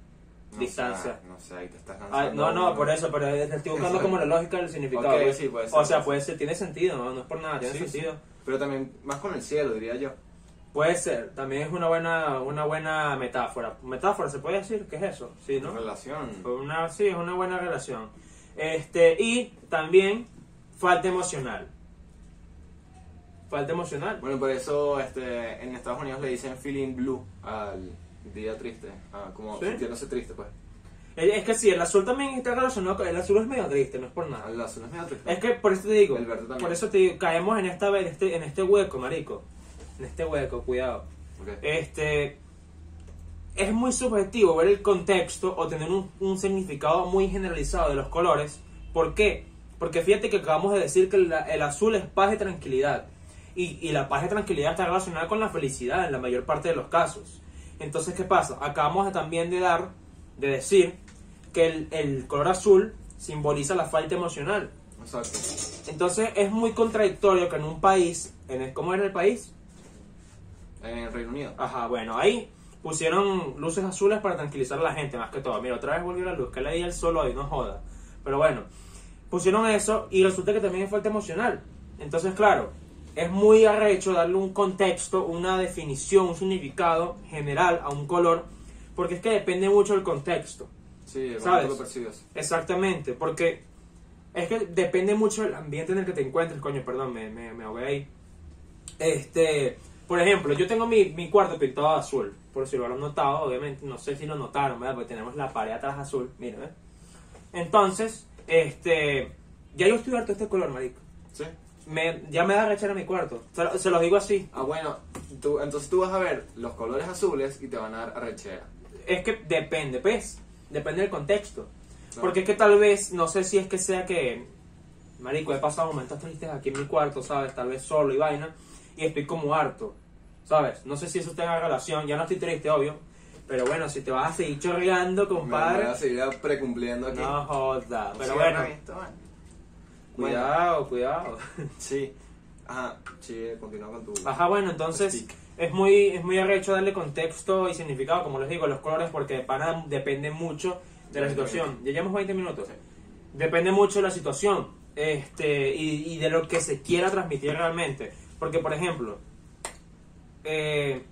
Speaker 2: No
Speaker 1: Distancia.
Speaker 2: sé, no sé, ahí te estás
Speaker 1: Ah,
Speaker 2: cansando.
Speaker 1: no, no, por eso, pero estoy buscando
Speaker 2: Exacto.
Speaker 1: como la lógica del significado.
Speaker 2: Ok,
Speaker 1: pues.
Speaker 2: sí, puede ser,
Speaker 1: o sea,
Speaker 2: puede
Speaker 1: puede ser, tiene sentido, no, No es por nada, tiene
Speaker 2: Sí,
Speaker 1: sentido.
Speaker 2: Pero también, más con el cielo, diría yo.
Speaker 1: Puede ser, también es una buena, una buena metáfora. Metáfora, ¿se puede decir? ¿Qué es eso? Sí, ¿no? Oh.
Speaker 2: Relación.
Speaker 1: Fue Una, sí, es una buena relación. Este, y también falta emocional. Falta emocional.
Speaker 2: Bueno, por eso este, en Estados Unidos le dicen feeling blue al día triste, a como
Speaker 1: Sí.
Speaker 2: sintiéndose triste, pues.
Speaker 1: Es es que sí, el azul también está relacionado con... El azul es medio triste, no es por nada.
Speaker 2: La zona es medio triste.
Speaker 1: Ah. Es que por eso te digo,
Speaker 2: El verde también.
Speaker 1: por eso te digo, caemos en esta en este, en este hueco, marico. En este hueco, cuidado.
Speaker 2: Ok.
Speaker 1: Este es muy subjetivo ver el contexto o tener un, un significado muy generalizado de los colores. ¿Por qué? Porque fíjate que acabamos de decir que la- el azul es paz y tranquilidad. Y, y la paz y tranquilidad está relacionada con la felicidad en la mayor parte de los casos. Entonces, ¿qué pasa? Acabamos de- también de dar, de decir, que el, el color azul simboliza la falta emocional.
Speaker 2: Exacto.
Speaker 1: Entonces es muy contradictorio que en un país, en el, ¿cómo era el país?
Speaker 2: En el Reino Unido.
Speaker 1: Ajá, bueno, ahí pusieron luces azules para tranquilizar a la gente, más que todo. Mira, otra vez volvió la luz, que le di el sol hoy, no joda. Pero bueno, pusieron eso y resulta que también es falta emocional. Entonces, claro, es muy arrecho darle un contexto, una definición, un significado general a un color, porque es que depende mucho del contexto.
Speaker 2: Sí,
Speaker 1: ¿Sabes?
Speaker 2: ¿Sabes? lo percibes.
Speaker 1: Exactamente, porque es que depende mucho del ambiente en el que te encuentres, coño, perdón, me, me, me ahogué ahí. Este, por ejemplo, yo tengo mi, mi cuarto pintado de azul, por si lo han notado, obviamente, no sé si lo notaron, ¿verdad? Porque tenemos la pared atrás azul, mira, ¿ves? Entonces, este, ya yo estoy harto de este color, marico.
Speaker 2: Sí.
Speaker 1: Me, ya me da rechera mi cuarto, se, lo- se los digo así.
Speaker 2: Ah, bueno, tú, entonces tú vas a ver los colores azules y te van a dar arrechera.
Speaker 1: Es que depende, pues. Depende del contexto.
Speaker 2: Claro.
Speaker 1: Porque es que tal vez, no sé si es que sea que, marico, he pasado momentos tristes aquí en mi cuarto, ¿sabes? Tal vez solo y vaina. Y estoy como harto, ¿sabes? No sé si eso tenga relación. Ya no estoy triste, obvio. Pero bueno, si te vas a seguir chorreando,
Speaker 2: Me voy
Speaker 1: compadre.
Speaker 2: a seguir precumpliendo aquí.
Speaker 1: No joda. Pero
Speaker 2: Sí,
Speaker 1: bueno,
Speaker 2: ahora esto, bueno.
Speaker 1: cuidado, cuidado.
Speaker 2: Bueno, Sí. Ajá, sí, continúa con tu...
Speaker 1: Ajá, bueno, entonces
Speaker 2: Stick.
Speaker 1: es muy, es muy arrecho darle contexto y significado, como les digo, los colores, porque de pana depende mucho de la situación. Ya llevamos 20 minutos. Depende mucho de la situación este y, y de lo que se quiera transmitir realmente. Porque, por ejemplo, eh,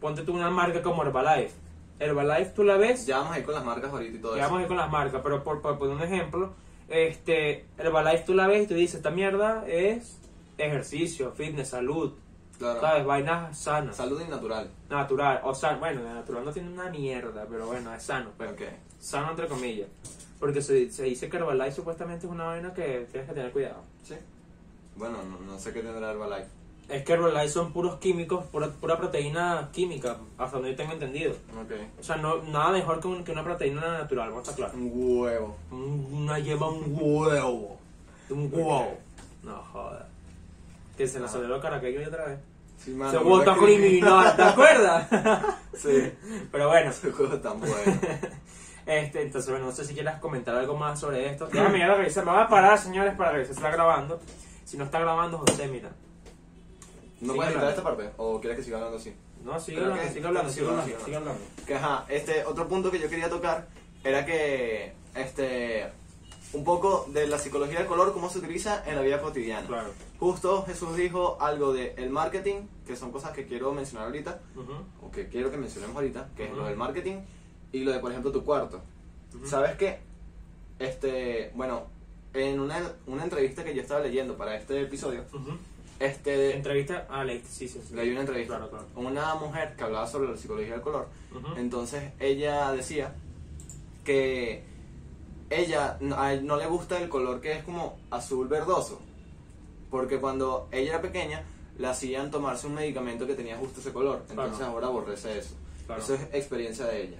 Speaker 1: ponte tú una marca como Herbalife. Herbalife tú la ves, ya,
Speaker 2: Ya vamos a ir con las marcas ahorita y todo
Speaker 1: vamos a ir con las marcas, pero por, por poner un ejemplo, este Herbalife tú la ves y tú dices, esta mierda es ejercicio, fitness, salud,
Speaker 2: eso. Claro.
Speaker 1: ¿sabes? Vainas sanas,
Speaker 2: Salud y natural.
Speaker 1: natural, o sea, bueno, de natural no tiene una mierda, pero bueno, es sano, pues.
Speaker 2: Ok.
Speaker 1: sano entre comillas. Porque se, se dice que Herbalife supuestamente es una vaina que tienes que tener cuidado.
Speaker 2: Sí. Bueno, no, no sé qué tendrá Herbalife.
Speaker 1: Es que Herbalife son puros químicos, pura, pura proteína química, hasta donde yo tengo entendido.
Speaker 2: Ok.
Speaker 1: O sea, no, nada mejor que, un- que una proteína natural, vamos a estar claro.
Speaker 2: Un huevo.
Speaker 1: Un- Una lleva un huevo. Un huevo. No joda. Que se la
Speaker 2: Ah.
Speaker 1: salió caraqueño otra vez.
Speaker 2: Sí,
Speaker 1: Se
Speaker 2: mano,
Speaker 1: Ese huevo
Speaker 2: huevo
Speaker 1: está
Speaker 2: criminal.
Speaker 1: criminal, ¿te acuerdas?
Speaker 2: Sí.
Speaker 1: Pero bueno.
Speaker 2: Ese huevo
Speaker 1: [LAUGHS]
Speaker 2: tan bueno.
Speaker 1: Este, entonces, bueno, no sé si quieras comentar algo más sobre esto. Déjame ya revisar. Me voy a parar, señores, para que se está grabando. Si no está grabando, José, mira.
Speaker 2: ¿No
Speaker 1: Sigue
Speaker 2: puedes
Speaker 1: hablando.
Speaker 2: editar esta parte? ¿O quieres que siga hablando así?
Speaker 1: No, sigue
Speaker 2: Creo
Speaker 1: hablando,
Speaker 2: que-
Speaker 1: sigue hablando, sigue
Speaker 2: sigue
Speaker 1: hablando,
Speaker 2: hablando.
Speaker 1: sigue hablando.
Speaker 2: Que ajá, este, otro punto que yo quería tocar era que, este, un poco de la psicología del color, cómo se utiliza en la vida cotidiana.
Speaker 1: Claro.
Speaker 2: Justo Jesús dijo algo de el marketing, que son cosas que quiero mencionar ahorita,
Speaker 1: Ujú.
Speaker 2: o que quiero que mencionemos ahorita, que es
Speaker 1: Ujú.
Speaker 2: lo del marketing y lo de, por ejemplo, tu cuarto.
Speaker 1: Ujú.
Speaker 2: ¿Sabes qué? Este, bueno, en una, una entrevista que yo estaba leyendo para este episodio,
Speaker 1: Ujú.
Speaker 2: este,
Speaker 1: Entrevista. Ah, leí, sí, sí, sí.
Speaker 2: leí una entrevista
Speaker 1: Claro, claro.
Speaker 2: con una mujer que hablaba sobre la psicología del color.
Speaker 1: Ujú.
Speaker 2: Entonces ella decía que ella no, a él no le gusta el color que es como azul verdoso, porque cuando ella era pequeña la hacían tomarse un medicamento que tenía justo ese color, entonces
Speaker 1: Claro.
Speaker 2: ahora aborrece eso.
Speaker 1: Claro.
Speaker 2: Eso es experiencia de ella.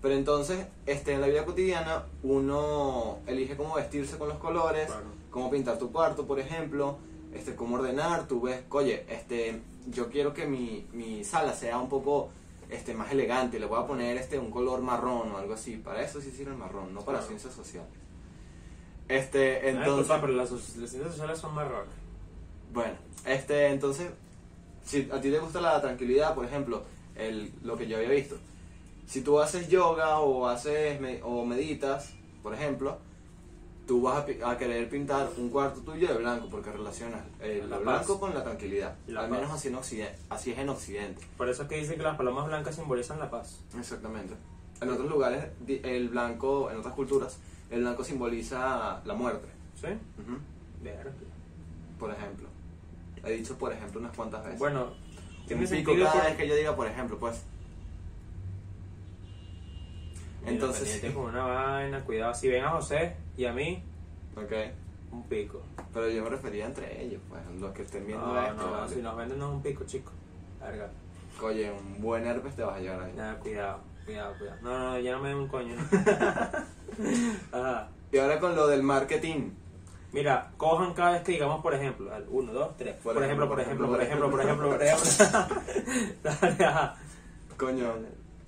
Speaker 2: Pero entonces, este, en la vida cotidiana, uno elige cómo vestirse con los colores,
Speaker 1: Claro.
Speaker 2: cómo pintar tu cuarto, por ejemplo, este, cómo ordenar, tú ves, oye, este, yo quiero que mi, mi sala sea un poco este, más elegante, le voy a poner este, un color marrón o algo así, para eso sí sirve el marrón, no para
Speaker 1: Claro.
Speaker 2: ciencias sociales. Este,
Speaker 1: Ah,
Speaker 2: entonces,
Speaker 1: disculpa, pero las, soci- las ciencias sociales son más raras.
Speaker 2: bueno, este, entonces, si a ti te gusta la tranquilidad, por ejemplo, el, lo que yo había visto, si tú haces yoga o haces me- o meditas, por ejemplo, tú vas a, pi- a querer pintar un cuarto tuyo de blanco porque relacionas eh,
Speaker 1: La
Speaker 2: lo
Speaker 1: paz.
Speaker 2: blanco con la tranquilidad.
Speaker 1: Y la
Speaker 2: Al
Speaker 1: paz.
Speaker 2: menos así, en Occiden- así es en Occidente.
Speaker 1: Por eso es que dicen que las palomas blancas simbolizan la paz.
Speaker 2: Exactamente. En otros lugares, di- el blanco, en otras culturas, el blanco simboliza la muerte.
Speaker 1: ¿Sí?
Speaker 2: Ujú.
Speaker 1: Verga.
Speaker 2: Por ejemplo. He dicho por ejemplo unas cuantas veces.
Speaker 1: Bueno,
Speaker 2: Un
Speaker 1: tiene
Speaker 2: pico
Speaker 1: sentido.
Speaker 2: cada
Speaker 1: por-
Speaker 2: vez que yo diga, por ejemplo, pues.
Speaker 1: Mira,
Speaker 2: Entonces.
Speaker 1: pendiente con una vaina, cuidado. Si ven a José y a mí,
Speaker 2: [LAUGHS] Ok.
Speaker 1: un pico.
Speaker 2: Pero yo me refería entre ellos, pues, los que estén viendo
Speaker 1: no,
Speaker 2: esto.
Speaker 1: no,
Speaker 2: vale.
Speaker 1: si nos venden no es un pico, chico. Verga.
Speaker 2: Oye, un buen herpes te vas a llevar ahí.
Speaker 1: Nada, cuidado, cuidado, cuidado. No, no, ya no me den un coño. [LAUGHS] Ajá.
Speaker 2: Y ahora con lo del marketing.
Speaker 1: Mira, cojan cada vez que digamos, por ejemplo, al 1, 2, 3. Por,
Speaker 2: Por
Speaker 1: ejemplo, por ejemplo,
Speaker 2: ejemplo,
Speaker 1: por
Speaker 2: por
Speaker 1: ejemplo, por ejemplo,
Speaker 2: ejemplo,
Speaker 1: por ejemplo. [LAUGHS] Dale, ajá.
Speaker 2: Coño.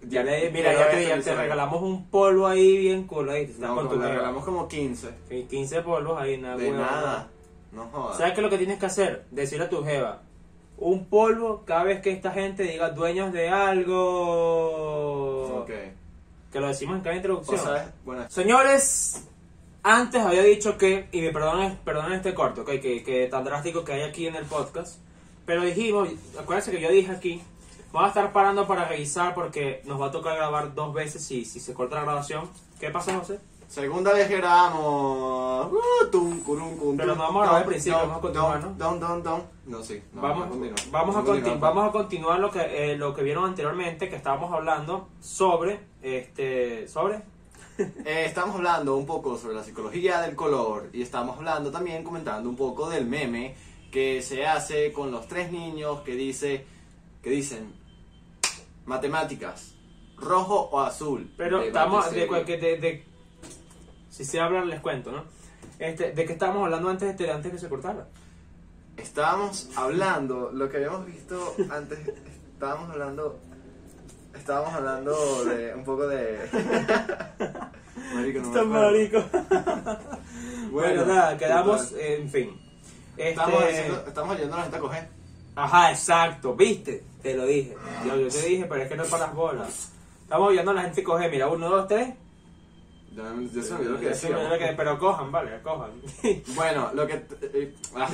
Speaker 1: Ya le- mira, ya te, ya te regalamos un polvo ahí bien cool ahí. Estás
Speaker 2: No,
Speaker 1: con
Speaker 2: como
Speaker 1: tu
Speaker 2: le
Speaker 1: verga.
Speaker 2: regalamos como 15.
Speaker 1: Y 15 polvos ahí, nada,
Speaker 2: de
Speaker 1: huevón.
Speaker 2: nada. No jodas.
Speaker 1: ¿Sabes qué es lo que tienes que hacer? Decirle a tu jeva, un polvo cada vez que esta gente diga dueños de algo.
Speaker 2: Ok.
Speaker 1: Que lo decimos en cada
Speaker 2: O
Speaker 1: introducción.
Speaker 2: sabes, bueno,
Speaker 1: Señores, antes había dicho que, y me perdonen, perdonen este corto, ok, que, que tan drástico que hay aquí en el podcast, pero dijimos, acuérdense que yo dije aquí, vamos a estar parando para revisar porque nos va a tocar grabar dos veces si, si se corta la grabación. ¿Qué pasa, José?
Speaker 2: Segunda vez que grabamos. Uh, tum, curum, cum,
Speaker 1: Pero
Speaker 2: tum.
Speaker 1: no vamos a grabar al
Speaker 2: Don,
Speaker 1: principio,
Speaker 2: don,
Speaker 1: vamos a continuar,
Speaker 2: don,
Speaker 1: ¿no?
Speaker 2: Don, don, don. No, sí. no,
Speaker 1: vamos,
Speaker 2: continuar.
Speaker 1: vamos, a
Speaker 2: continuar.
Speaker 1: conti- vamos a continuar lo que, eh, lo que vieron anteriormente, que estábamos hablando sobre, este, sobre...
Speaker 2: Eh, estamos hablando un poco sobre la psicología del color y estamos hablando también comentando un poco del meme que se hace con los tres niños que dice que dicen matemáticas rojo o azul.
Speaker 1: Pero
Speaker 2: Debate
Speaker 1: estamos de,
Speaker 2: serio.
Speaker 1: cualquier- de, de- si se hablan les cuento, ¿no? Este, de qué estábamos hablando antes este, antes que se cortara.
Speaker 2: Estábamos hablando lo que habíamos visto antes. Estábamos hablando estábamos hablando de un poco de [LAUGHS] Marico, no me acuerdo.
Speaker 1: Bueno, nada, quedamos,
Speaker 2: total.
Speaker 1: eh, en fin. Este,
Speaker 2: Estamos, diciendo- estamos oyendo a la gente a coger.
Speaker 1: Ajá, exacto, viste, te lo dije. Yo, yo te dije, pero es que no es para las bolas. Estamos oyendo a la gente coger, mira, uno, dos, tres.
Speaker 2: Ya, me- ya se me olvidó lo que
Speaker 1: Ya se me
Speaker 2: decíamos.
Speaker 1: olvidó que- Pero cojan, vale, cojan.
Speaker 2: Bueno, lo que. eh, ah.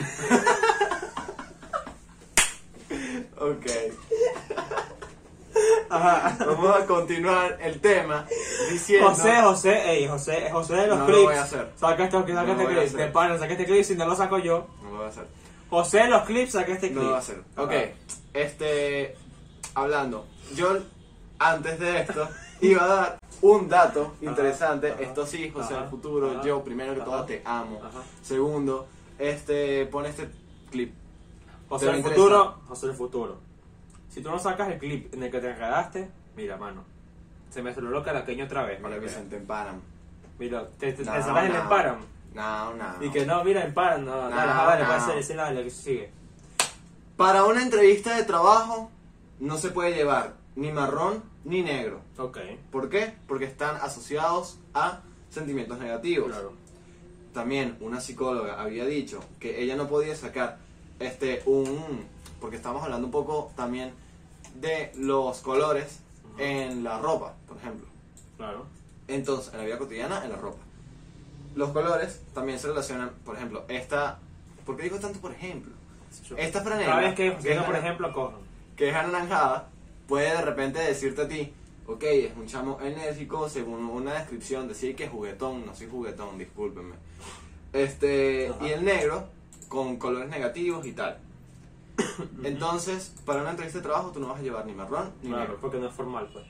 Speaker 2: [LAUGHS] ok. Ajá, vamos a continuar el tema diciendo.
Speaker 1: José, José, ey, José, José de los
Speaker 2: No lo
Speaker 1: clips.
Speaker 2: voy a hacer.
Speaker 1: Saca este, saca
Speaker 2: No lo
Speaker 1: este
Speaker 2: voy a
Speaker 1: clip.
Speaker 2: hacer.
Speaker 1: De pana, saca este clip si no lo saco yo.
Speaker 2: No lo voy a hacer.
Speaker 1: José de los clips, saca este clip.
Speaker 2: No lo voy a hacer. Ok,
Speaker 1: Ajá.
Speaker 2: este. Hablando. Yo, antes de esto, [LAUGHS] iba a dar un dato interesante.
Speaker 1: ajá,
Speaker 2: esto sí, José,
Speaker 1: ajá,
Speaker 2: el futuro.
Speaker 1: ajá,
Speaker 2: yo, primero que
Speaker 1: ajá,
Speaker 2: todo, te amo.
Speaker 1: ajá.
Speaker 2: Segundo, este. Pon este clip.
Speaker 1: José
Speaker 2: ¿Te
Speaker 1: del
Speaker 2: interesa?
Speaker 1: futuro, José del futuro. Si tú no sacas el clip en el que te enredaste, mira, mano. Se me celular caraqueño otra vez.
Speaker 2: Para
Speaker 1: mira,
Speaker 2: que se te emparan.
Speaker 1: Mira, te, te,
Speaker 2: No,
Speaker 1: te salas y
Speaker 2: no.
Speaker 1: le emparan.
Speaker 2: No, no.
Speaker 1: Y que no, mira, emparan. No, no,
Speaker 2: No,
Speaker 1: ah, vale,
Speaker 2: no.
Speaker 1: puede ser escena de lo que sigue.
Speaker 2: Para una entrevista de trabajo no se puede llevar ni marrón ni negro.
Speaker 1: Ok,
Speaker 2: ¿Por qué? Porque están asociados a sentimientos negativos.
Speaker 1: claro.
Speaker 2: También una psicóloga había dicho que ella no podía sacar este un porque estamos hablando un poco también de los colores en la ropa, por ejemplo.
Speaker 1: Claro.
Speaker 2: Entonces, en la vida cotidiana, en la ropa. Los colores también se relacionan, por ejemplo, esta ¿Por qué digo tanto por ejemplo? Esta franela,
Speaker 1: Cada vez que
Speaker 2: que es
Speaker 1: José, por
Speaker 2: la-
Speaker 1: ejemplo, cojan.
Speaker 2: que es anaranjada puede de repente decirte a ti, ok, es un chamo enérgico, según una descripción, decir que es juguetón, no soy juguetón, discúlpenme. Este,
Speaker 1: Ajá.
Speaker 2: y el negro, con colores negativos
Speaker 1: [COUGHS]
Speaker 2: y tal. Entonces, para una entrevista de trabajo tú no vas a llevar ni marrón ni
Speaker 1: Claro,
Speaker 2: negro.
Speaker 1: porque no es formal, pues.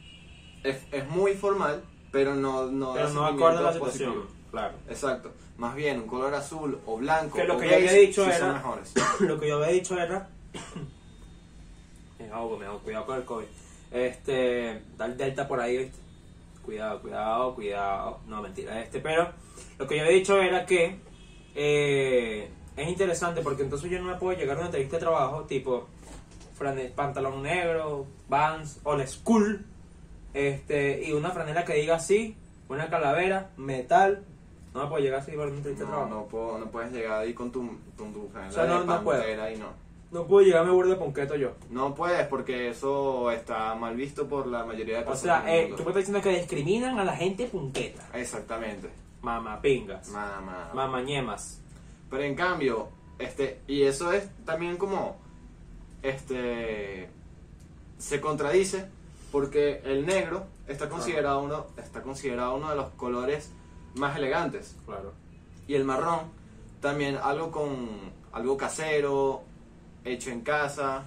Speaker 2: Es, es muy formal, pero no, no
Speaker 1: Pero
Speaker 2: da
Speaker 1: no acorde a la
Speaker 2: sentimiento
Speaker 1: situación.
Speaker 2: positivo.
Speaker 1: Claro.
Speaker 2: Exacto. Más bien, un color azul o blanco
Speaker 1: Que lo
Speaker 2: o
Speaker 1: que yo había
Speaker 2: beige
Speaker 1: dicho
Speaker 2: sí
Speaker 1: era- [COUGHS]
Speaker 2: son mejores.
Speaker 1: lo que yo había dicho era. [COUGHS] me ahogo, me ahogo, cuidado con el COVID. Este. Dar delta por ahí, ¿viste? Cuidado, cuidado, cuidado. No, mentira, este. Pero lo que yo había dicho era que. eh, es interesante porque entonces yo no me puedo llegar a una entrevista de trabajo tipo. frane- pantalón negro, Vans, Old School. Este. Y una franela que diga así. Una calavera, metal. No me puedo llegar así para una entrevista de
Speaker 2: No,
Speaker 1: trabajo.
Speaker 2: no, puedo- no puedes llegar ahí con tu, con tu franela
Speaker 1: sea, no-
Speaker 2: de
Speaker 1: no puedo.
Speaker 2: pantera y no.
Speaker 1: No puedo llegar a mi de ponqueto yo.
Speaker 2: No puedes porque eso está mal visto por la mayoría de
Speaker 1: O
Speaker 2: personas.
Speaker 1: sea,
Speaker 2: del
Speaker 1: eh,
Speaker 2: mundo.
Speaker 1: tú me estás diciendo que discriminan a la gente punqueta.
Speaker 2: Exactamente.
Speaker 1: Mamapingas.
Speaker 2: Mamá.
Speaker 1: Mamañemas.
Speaker 2: Pero en cambio, este, y eso es también como, este, se contradice porque el negro
Speaker 1: Ah.
Speaker 2: está considerado uno, está considerado uno de los colores más elegantes
Speaker 1: Claro.
Speaker 2: y el marrón también algo con algo casero, hecho en casa.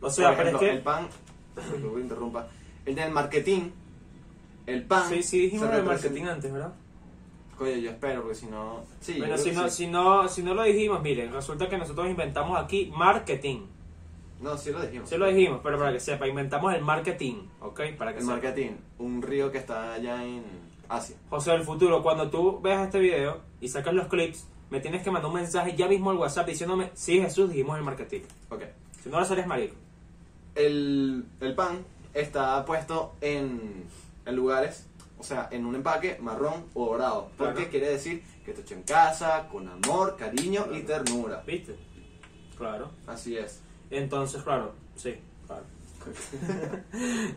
Speaker 1: O sea,
Speaker 2: Por ejemplo,
Speaker 1: pero
Speaker 2: el
Speaker 1: es que.
Speaker 2: pan, [COUGHS] disculpa que interrumpa, el del marketing, el pan.
Speaker 1: Sí, sí, dijimos
Speaker 2: se
Speaker 1: lo de
Speaker 2: representa-
Speaker 1: marketing antes, ¿verdad?
Speaker 2: Coño, yo espero, porque si no. Sí,
Speaker 1: bueno,
Speaker 2: yo
Speaker 1: si
Speaker 2: creo que
Speaker 1: no,
Speaker 2: sí.
Speaker 1: si, no, si no lo dijimos, miren, resulta que nosotros inventamos aquí marketing.
Speaker 2: No, sí lo dijimos.
Speaker 1: Sí lo dijimos, pero para que sepa, inventamos el marketing, ¿ok? Para que
Speaker 2: El
Speaker 1: sepa.
Speaker 2: marketing, un río que está allá en Asia.
Speaker 1: José del futuro, cuando tú veas este video y sacas los clips, me tienes que mandar un mensaje ya mismo al WhatsApp diciéndome, sí, Jesús, dijimos el marketing.
Speaker 2: Ok.
Speaker 1: Si no lo haces, eres marico.
Speaker 2: El, el pan está puesto en, en lugares, o sea, en un empaque marrón o dorado. Porque
Speaker 1: Claro.
Speaker 2: quiere decir que está hecho en casa, con amor, cariño y
Speaker 1: Claro.
Speaker 2: ternura.
Speaker 1: ¿Viste? Claro.
Speaker 2: Así es.
Speaker 1: Entonces, claro, sí,
Speaker 2: [LAUGHS]
Speaker 1: claro.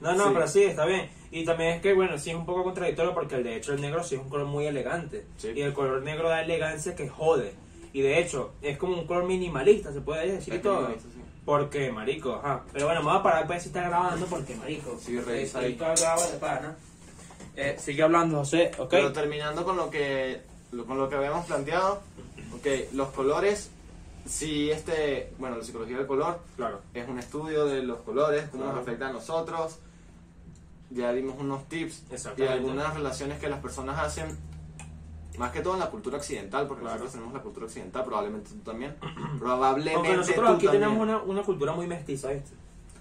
Speaker 1: No, no,
Speaker 2: Sí.
Speaker 1: pero sí, está bien. Y también es que, bueno, sí es un poco contradictorio porque de hecho el negro sí es un color muy elegante.
Speaker 2: Sí.
Speaker 1: Y el color negro da elegancia que jode. Y de hecho, es como un color minimalista, se puede decir y
Speaker 2: Es
Speaker 1: todo.
Speaker 2: minimalista, sí.
Speaker 1: Porque, marico, ajá. Pero bueno, me voy a parar para ver si está grabando porque, marico, eh,
Speaker 2: Sí, revisa ahí.
Speaker 1: estoy grabado de pana. Eh, sigue hablando, José, ¿ok?
Speaker 2: Pero terminando con lo que lo- con lo que habíamos planteado, ok, los colores, si este, bueno, la psicología del color
Speaker 1: Claro.
Speaker 2: es un estudio de los colores, cómo nos
Speaker 1: Claro.
Speaker 2: afecta a nosotros. Ya dimos unos tips y
Speaker 1: Exactamente.
Speaker 2: algunas relaciones que las personas hacen, más que todo en la cultura occidental, porque
Speaker 1: Claro.
Speaker 2: nosotros tenemos la cultura occidental, probablemente tú
Speaker 1: [CLEARS THROAT]
Speaker 2: también. probablemente
Speaker 1: Aunque nosotros
Speaker 2: tú
Speaker 1: aquí
Speaker 2: también.
Speaker 1: tenemos una, una cultura muy mestiza, ¿viste?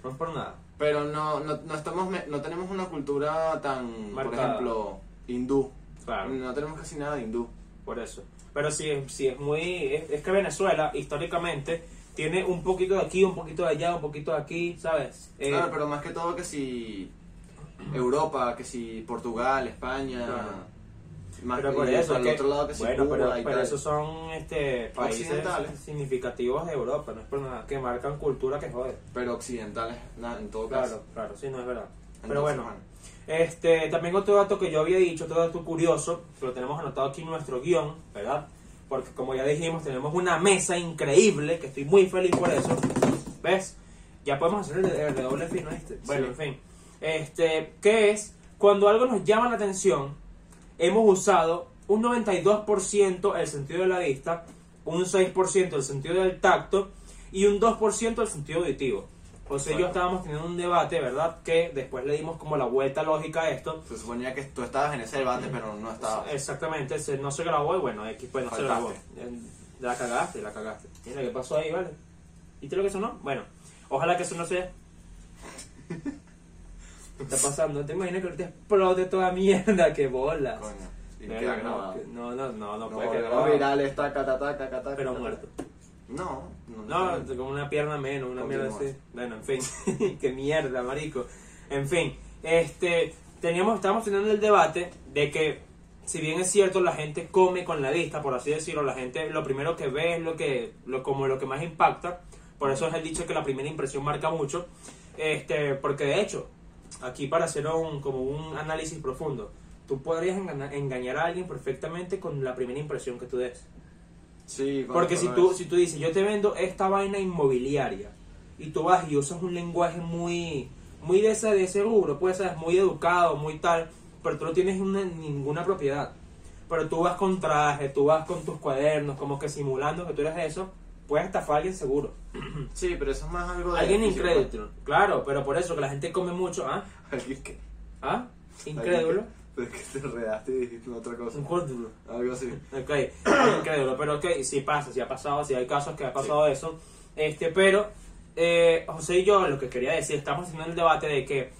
Speaker 1: No es por nada.
Speaker 2: Pero no, no, no estamos, me- no tenemos una cultura tan, por
Speaker 1: Marcada.
Speaker 2: ejemplo, hindú.
Speaker 1: Claro.
Speaker 2: No tenemos casi nada de hindú.
Speaker 1: Por eso. Pero sí, es- sí es muy. Es, es que Venezuela, históricamente, tiene un poquito de aquí, un poquito de allá, un poquito de aquí, ¿sabes? Eh,
Speaker 2: Claro, pero más que todo que si Europa, que si Portugal, España,
Speaker 1: Claro.
Speaker 2: Ah, más
Speaker 1: pero
Speaker 2: que
Speaker 1: por eso.
Speaker 2: al
Speaker 1: es que-
Speaker 2: otro lado que si
Speaker 1: bueno,
Speaker 2: Cuba
Speaker 1: pero,
Speaker 2: y
Speaker 1: pero
Speaker 2: tal.
Speaker 1: esos son este, países
Speaker 2: Occidentales.
Speaker 1: significativos de Europa, no es por nada, que marcan cultura que jode.
Speaker 2: Pero occidentales, na- en todo
Speaker 1: Claro,
Speaker 2: caso.
Speaker 1: claro, sí, no es verdad.
Speaker 2: Entonces,
Speaker 1: Pero bueno,
Speaker 2: bueno.
Speaker 1: Este, también otro dato que yo había dicho, otro dato curioso, que lo tenemos anotado aquí en nuestro guión, ¿verdad? Porque como ya dijimos, tenemos una mesa increíble, que estoy muy feliz por eso. ¿Ves? Ya podemos hacer el, el doble fino este. Bueno,
Speaker 2: Sí.
Speaker 1: en fin. Este, que es cuando algo nos llama la atención, hemos usado un 92% el sentido de la vista, un 6% el sentido del tacto y un 2% el sentido auditivo. José y yo
Speaker 2: Exacto.
Speaker 1: estábamos teniendo un debate, ¿verdad? Que después le dimos como la vuelta lógica a esto.
Speaker 2: Se suponía que tú estabas en ese debate, pero no estabas.
Speaker 1: Exactamente, se- no se grabó y bueno, X pues no se grabó.
Speaker 2: Faltaste.
Speaker 1: Eh, La cagaste, la cagaste. Mira qué pasó ahí, ¿vale? ¿Viste lo que sonó? Bueno, ojalá que eso no sea. ¿Qué está pasando? ¿Te imaginas que ahorita explote toda mierda? ¡Qué bolas!
Speaker 2: Coño. Y
Speaker 1: Verga,
Speaker 2: queda
Speaker 1: no,
Speaker 2: grabado.
Speaker 1: que- No, no, no, no
Speaker 2: No,
Speaker 1: puede quedar
Speaker 2: no,
Speaker 1: grabado.
Speaker 2: viral está catataca, catataca.
Speaker 1: Pero muerto.
Speaker 2: No, no.
Speaker 1: No, con una pierna menos, una mierda
Speaker 2: Continúa.
Speaker 1: así. Bueno, en fin. [LAUGHS] Qué mierda, marico. En fin, este, teníamos, estábamos teniendo el debate de que, si bien es cierto, la gente come con la vista, por así decirlo, la gente lo primero que ve es lo que, lo, como lo que más impacta. Por eso es el dicho que la primera impresión marca mucho. Este, porque de hecho, aquí para hacer un, como un análisis profundo, tú podrías engana- engañar a alguien perfectamente con la primera impresión que tú des.
Speaker 2: Sí, coño,
Speaker 1: Porque si
Speaker 2: no
Speaker 1: tú,
Speaker 2: es.
Speaker 1: si tú dices, yo te vendo esta vaina inmobiliaria, y tú vas y usas un lenguaje muy, muy de ese, de ese rubro, pues sabes, muy educado, muy tal, pero tú no tienes una- ninguna propiedad. Pero tú vas con traje, tú vas con tus cuadernos, como que simulando que tú eres eso, puedes estafar a alguien seguro.
Speaker 2: Sí, pero eso es más algo de.
Speaker 1: Alguien
Speaker 2: físico.
Speaker 1: incrédulo, claro, pero por eso que la gente come mucho, ¿ah?
Speaker 2: [LAUGHS] Alguien que.
Speaker 1: ¿Ah? Incrédulo.
Speaker 2: Pero es que [LAUGHS] te enredaste y dijiste otra cosa.
Speaker 1: Incrédulo.
Speaker 2: Algo así.
Speaker 1: Ok, [COUGHS] increíble, pero ok, si pasa, si ha pasado, si hay casos que ha pasado eso. Este, pero eh, José y yo lo que quería decir, estamos haciendo el debate de que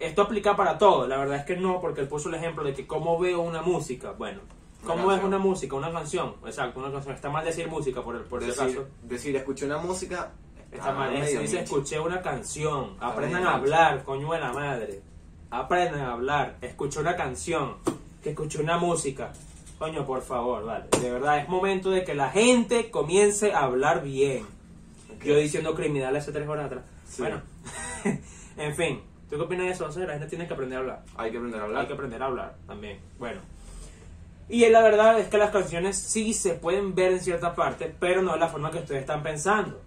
Speaker 1: esto aplica para todo. La verdad es que no, porque él puso el ejemplo de que cómo veo una música. Bueno,
Speaker 2: Una
Speaker 1: cómo es
Speaker 2: canción.
Speaker 1: una música, una canción. Exacto, una canción. Está mal decir música por el por si
Speaker 2: decir,
Speaker 1: acaso.
Speaker 2: decir, escuché una música.
Speaker 1: Está
Speaker 2: ah,
Speaker 1: mal.
Speaker 2: medio
Speaker 1: Se dice
Speaker 2: niche.
Speaker 1: escuché una canción. Aprendan
Speaker 2: medio
Speaker 1: a
Speaker 2: niche.
Speaker 1: hablar, coño de la madre. Aprendan a hablar. Escuché una canción. Que escuché una música. Coño, por favor, vale. De verdad, es momento de que la gente comience a hablar bien.
Speaker 2: Ok.
Speaker 1: Yo diciendo criminal hace tres horas atrás.
Speaker 2: Sí.
Speaker 1: Bueno, [LAUGHS] en fin. ¿Tú qué opinas de eso? O sea, la gente tiene que aprender a hablar.
Speaker 2: Hay que aprender a hablar.
Speaker 1: Hay que aprender a hablar también. Bueno. Y la verdad es que las canciones sí se pueden ver en cierta parte, pero no de la forma que ustedes están pensando.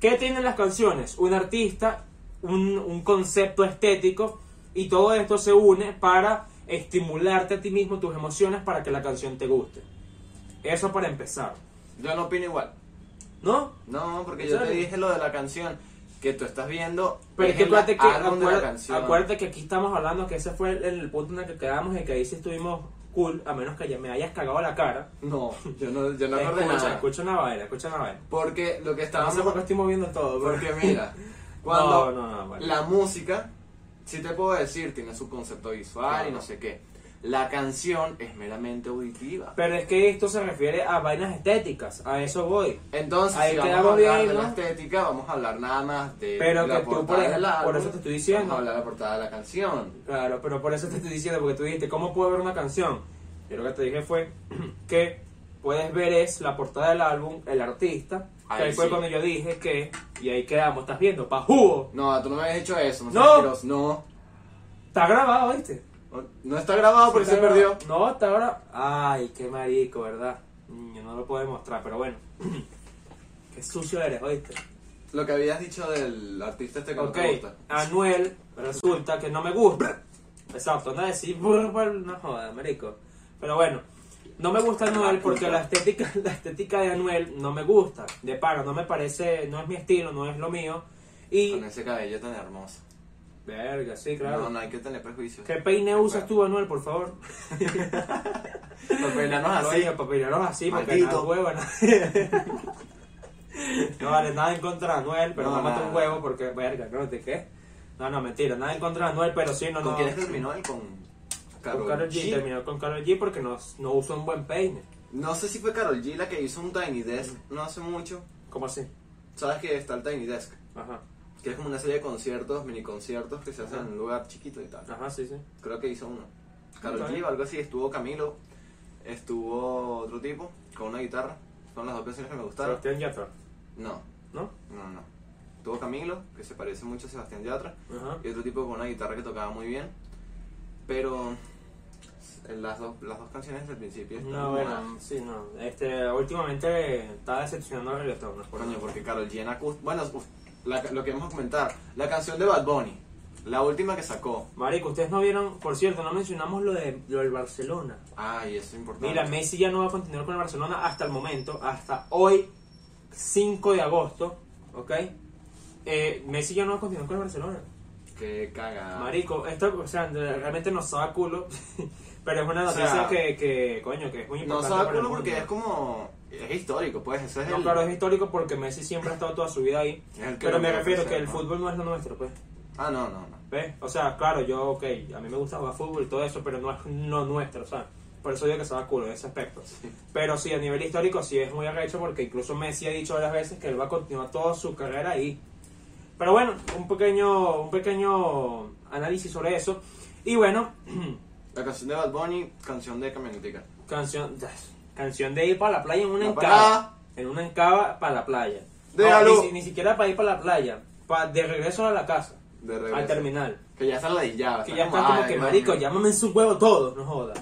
Speaker 1: ¿Qué tienen las canciones? Un artista, un, un concepto estético, y todo esto se une para estimularte a ti mismo, tus emociones, para que la canción te guste. Eso para empezar.
Speaker 2: Yo no opino igual.
Speaker 1: ¿No?
Speaker 2: No, porque
Speaker 1: ¿En
Speaker 2: yo te
Speaker 1: serio?
Speaker 2: dije lo de la canción. Que tú estás viendo.
Speaker 1: Pero es que
Speaker 2: el
Speaker 1: acuérdate que,
Speaker 2: álbum de la
Speaker 1: acuérdate-
Speaker 2: canción.
Speaker 1: acuérdate que aquí estamos hablando que ese fue el, el punto en el que quedamos y que ahí sí estuvimos cool, a menos que ya me hayas cagado la cara.
Speaker 2: No, yo no, yo no acordé
Speaker 1: escucha,
Speaker 2: nada.
Speaker 1: escucha una vaina, escucha una vaina.
Speaker 2: Porque lo que
Speaker 1: No
Speaker 2: estábamos.
Speaker 1: sé por qué estoy moviendo todo, pero-
Speaker 2: Porque mira,
Speaker 1: [LAUGHS]
Speaker 2: cuando
Speaker 1: No, no, no, vale.
Speaker 2: la música, si te puedo decir, tiene su concepto visual
Speaker 1: Claro.
Speaker 2: y no sé qué. La canción es meramente auditiva.
Speaker 1: Pero es que esto se refiere a vainas estéticas, a eso voy.
Speaker 2: Entonces,
Speaker 1: Ahí
Speaker 2: si vamos a
Speaker 1: quedamos
Speaker 2: hablar
Speaker 1: bien,
Speaker 2: de
Speaker 1: ¿no?
Speaker 2: la estética, vamos a hablar nada más de
Speaker 1: Pero
Speaker 2: la
Speaker 1: que tú, por
Speaker 2: portada
Speaker 1: ejemplo,
Speaker 2: del álbum,
Speaker 1: por eso te estoy diciendo.
Speaker 2: Vamos a hablar de la portada de la canción.
Speaker 1: Claro, pero por eso te estoy diciendo, porque tú dijiste, ¿cómo puedo ver una canción? Yo lo que te dije fue [CLEARS THROAT] que puedes ver es la portada del álbum, el artista, que
Speaker 2: Ahí
Speaker 1: ahí fue
Speaker 2: sí.
Speaker 1: cuando yo dije que, y ahí quedamos, estás viendo, pa' jugo,
Speaker 2: No, tú no me habías dicho eso.
Speaker 1: No.
Speaker 2: No. seas asqueroso. no.
Speaker 1: está grabado, ¿viste?
Speaker 2: No está grabado porque
Speaker 1: Está
Speaker 2: se
Speaker 1: grabado.
Speaker 2: perdió.
Speaker 1: No, hasta ahora, ay, qué marico, ¿verdad? Mm, Yo no lo puedo demostrar, pero bueno, [CLEARS THROAT] qué sucio eres, ¿oíste?
Speaker 2: Lo que habías dicho del artista este que
Speaker 1: Ok,
Speaker 2: no te gusta.
Speaker 1: Anuel resulta que no me gusta. Exacto, no decir, brr, brr, pues, no joda, marico. Pero bueno, no me gusta Anuel porque la estética, [LAUGHS] la estética de Anuel no me gusta. De para, no me parece, no es mi estilo, no es lo mío. Y,
Speaker 2: Con ese cabello tan hermoso.
Speaker 1: verga, sí, claro.
Speaker 2: No, no hay que tener prejuicios. Pues,
Speaker 1: ¿Qué peine usas tú, Anuel, por favor?
Speaker 2: Los peinarnos pues, así.
Speaker 1: Oye, papillones así, porque
Speaker 2: Maldito.
Speaker 1: nada huevo, nada. [LAUGHS] No vale, nada en contra de Anuel, pero
Speaker 2: No,
Speaker 1: no, mata
Speaker 2: nada.
Speaker 1: un huevo porque, verga, no te qué. No, no, mentira, nada en contra de Anuel, pero sí, no,
Speaker 2: ¿Con
Speaker 1: no.
Speaker 2: quién es que terminó él? Con
Speaker 1: Con Karol G. Terminó con Karol G porque no, no usó un buen peine.
Speaker 2: No sé si fue Carol G la que hizo un Tiny Desk no hace mucho.
Speaker 1: ¿Cómo así?
Speaker 2: Sabes que está el Tiny Desk,
Speaker 1: Ajá.
Speaker 2: que es como una serie de conciertos, mini conciertos que se hacen en un lugar chiquito y tal.
Speaker 1: Ajá, sí, sí.
Speaker 2: Creo que hizo uno. Carol
Speaker 1: Está
Speaker 2: G
Speaker 1: bien.
Speaker 2: o algo así, estuvo Camilo, estuvo otro tipo con una guitarra. Son las dos canciones que me gustaron.
Speaker 1: Sebastián Yatra,
Speaker 2: No,
Speaker 1: ¿no?
Speaker 2: no, no. Estuvo Camilo, que se parece mucho a Sebastián Yatra,
Speaker 1: Ajá.
Speaker 2: y otro tipo con una guitarra que tocaba muy bien. Pero las dos, las dos canciones del principio están
Speaker 1: No, bueno, sí, no. Este, últimamente está decepcionando el reggaetón. ¿no?
Speaker 2: Por coño, porque Carol G en acúst- Bueno, uf, la- lo que vamos a comentar. La canción de Bad Bunny. La última que sacó.
Speaker 1: Marico, ustedes no vieron, por cierto, no mencionamos lo, de, lo del Barcelona.
Speaker 2: Ay, eso es importante.
Speaker 1: Mira, Messi ya no va a continuar con el Barcelona hasta el momento, hasta hoy, 5 de agosto, ¿ok? Eh, Messi ya no va a continuar con el Barcelona.
Speaker 2: Qué caga.
Speaker 1: Marico, esto, o sea, realmente nos da culo, [LAUGHS] pero es una
Speaker 2: O
Speaker 1: noticia
Speaker 2: sea,
Speaker 1: que, que, coño, que es muy
Speaker 2: No
Speaker 1: importante.
Speaker 2: sabe
Speaker 1: para el
Speaker 2: culo porque es
Speaker 1: mundo.
Speaker 2: como. Es histórico, pues. Ese es
Speaker 1: No,
Speaker 2: el.
Speaker 1: claro, es histórico porque Messi siempre ha estado toda su vida ahí,
Speaker 2: es el que
Speaker 1: pero
Speaker 2: lo
Speaker 1: me
Speaker 2: puede
Speaker 1: refiero
Speaker 2: hacer,
Speaker 1: que el
Speaker 2: ¿no?
Speaker 1: fútbol no es lo nuestro, pues.
Speaker 2: Ah, no, no, no.
Speaker 1: ¿Ves? O sea, claro, yo, ok, a mí me gusta jugar fútbol y todo eso, pero no es no nuestro, ¿sabes? Por eso digo que se va culo en ese aspecto. Pero sí, a nivel histórico sí es muy arrecho porque incluso Messi ha dicho varias veces que él va a continuar toda su carrera ahí. Pero bueno, un pequeño, un pequeño análisis sobre eso. Y bueno, [CLEARS THROAT]
Speaker 2: La canción de Bad Bunny, canción de camionetica.
Speaker 1: canción, [LAUGHS] canción de ir para la playa en una
Speaker 2: La
Speaker 1: encaba.
Speaker 2: parada.
Speaker 1: En una encaba para la playa.
Speaker 2: Déjalo.
Speaker 1: ni, si- ni siquiera para ir para la playa, pa- de regreso a la casa,
Speaker 2: De regreso.
Speaker 1: al terminal.
Speaker 2: Que ya está la ya.
Speaker 1: Que ya está como que marico, llámame en su huevo todo, no joda.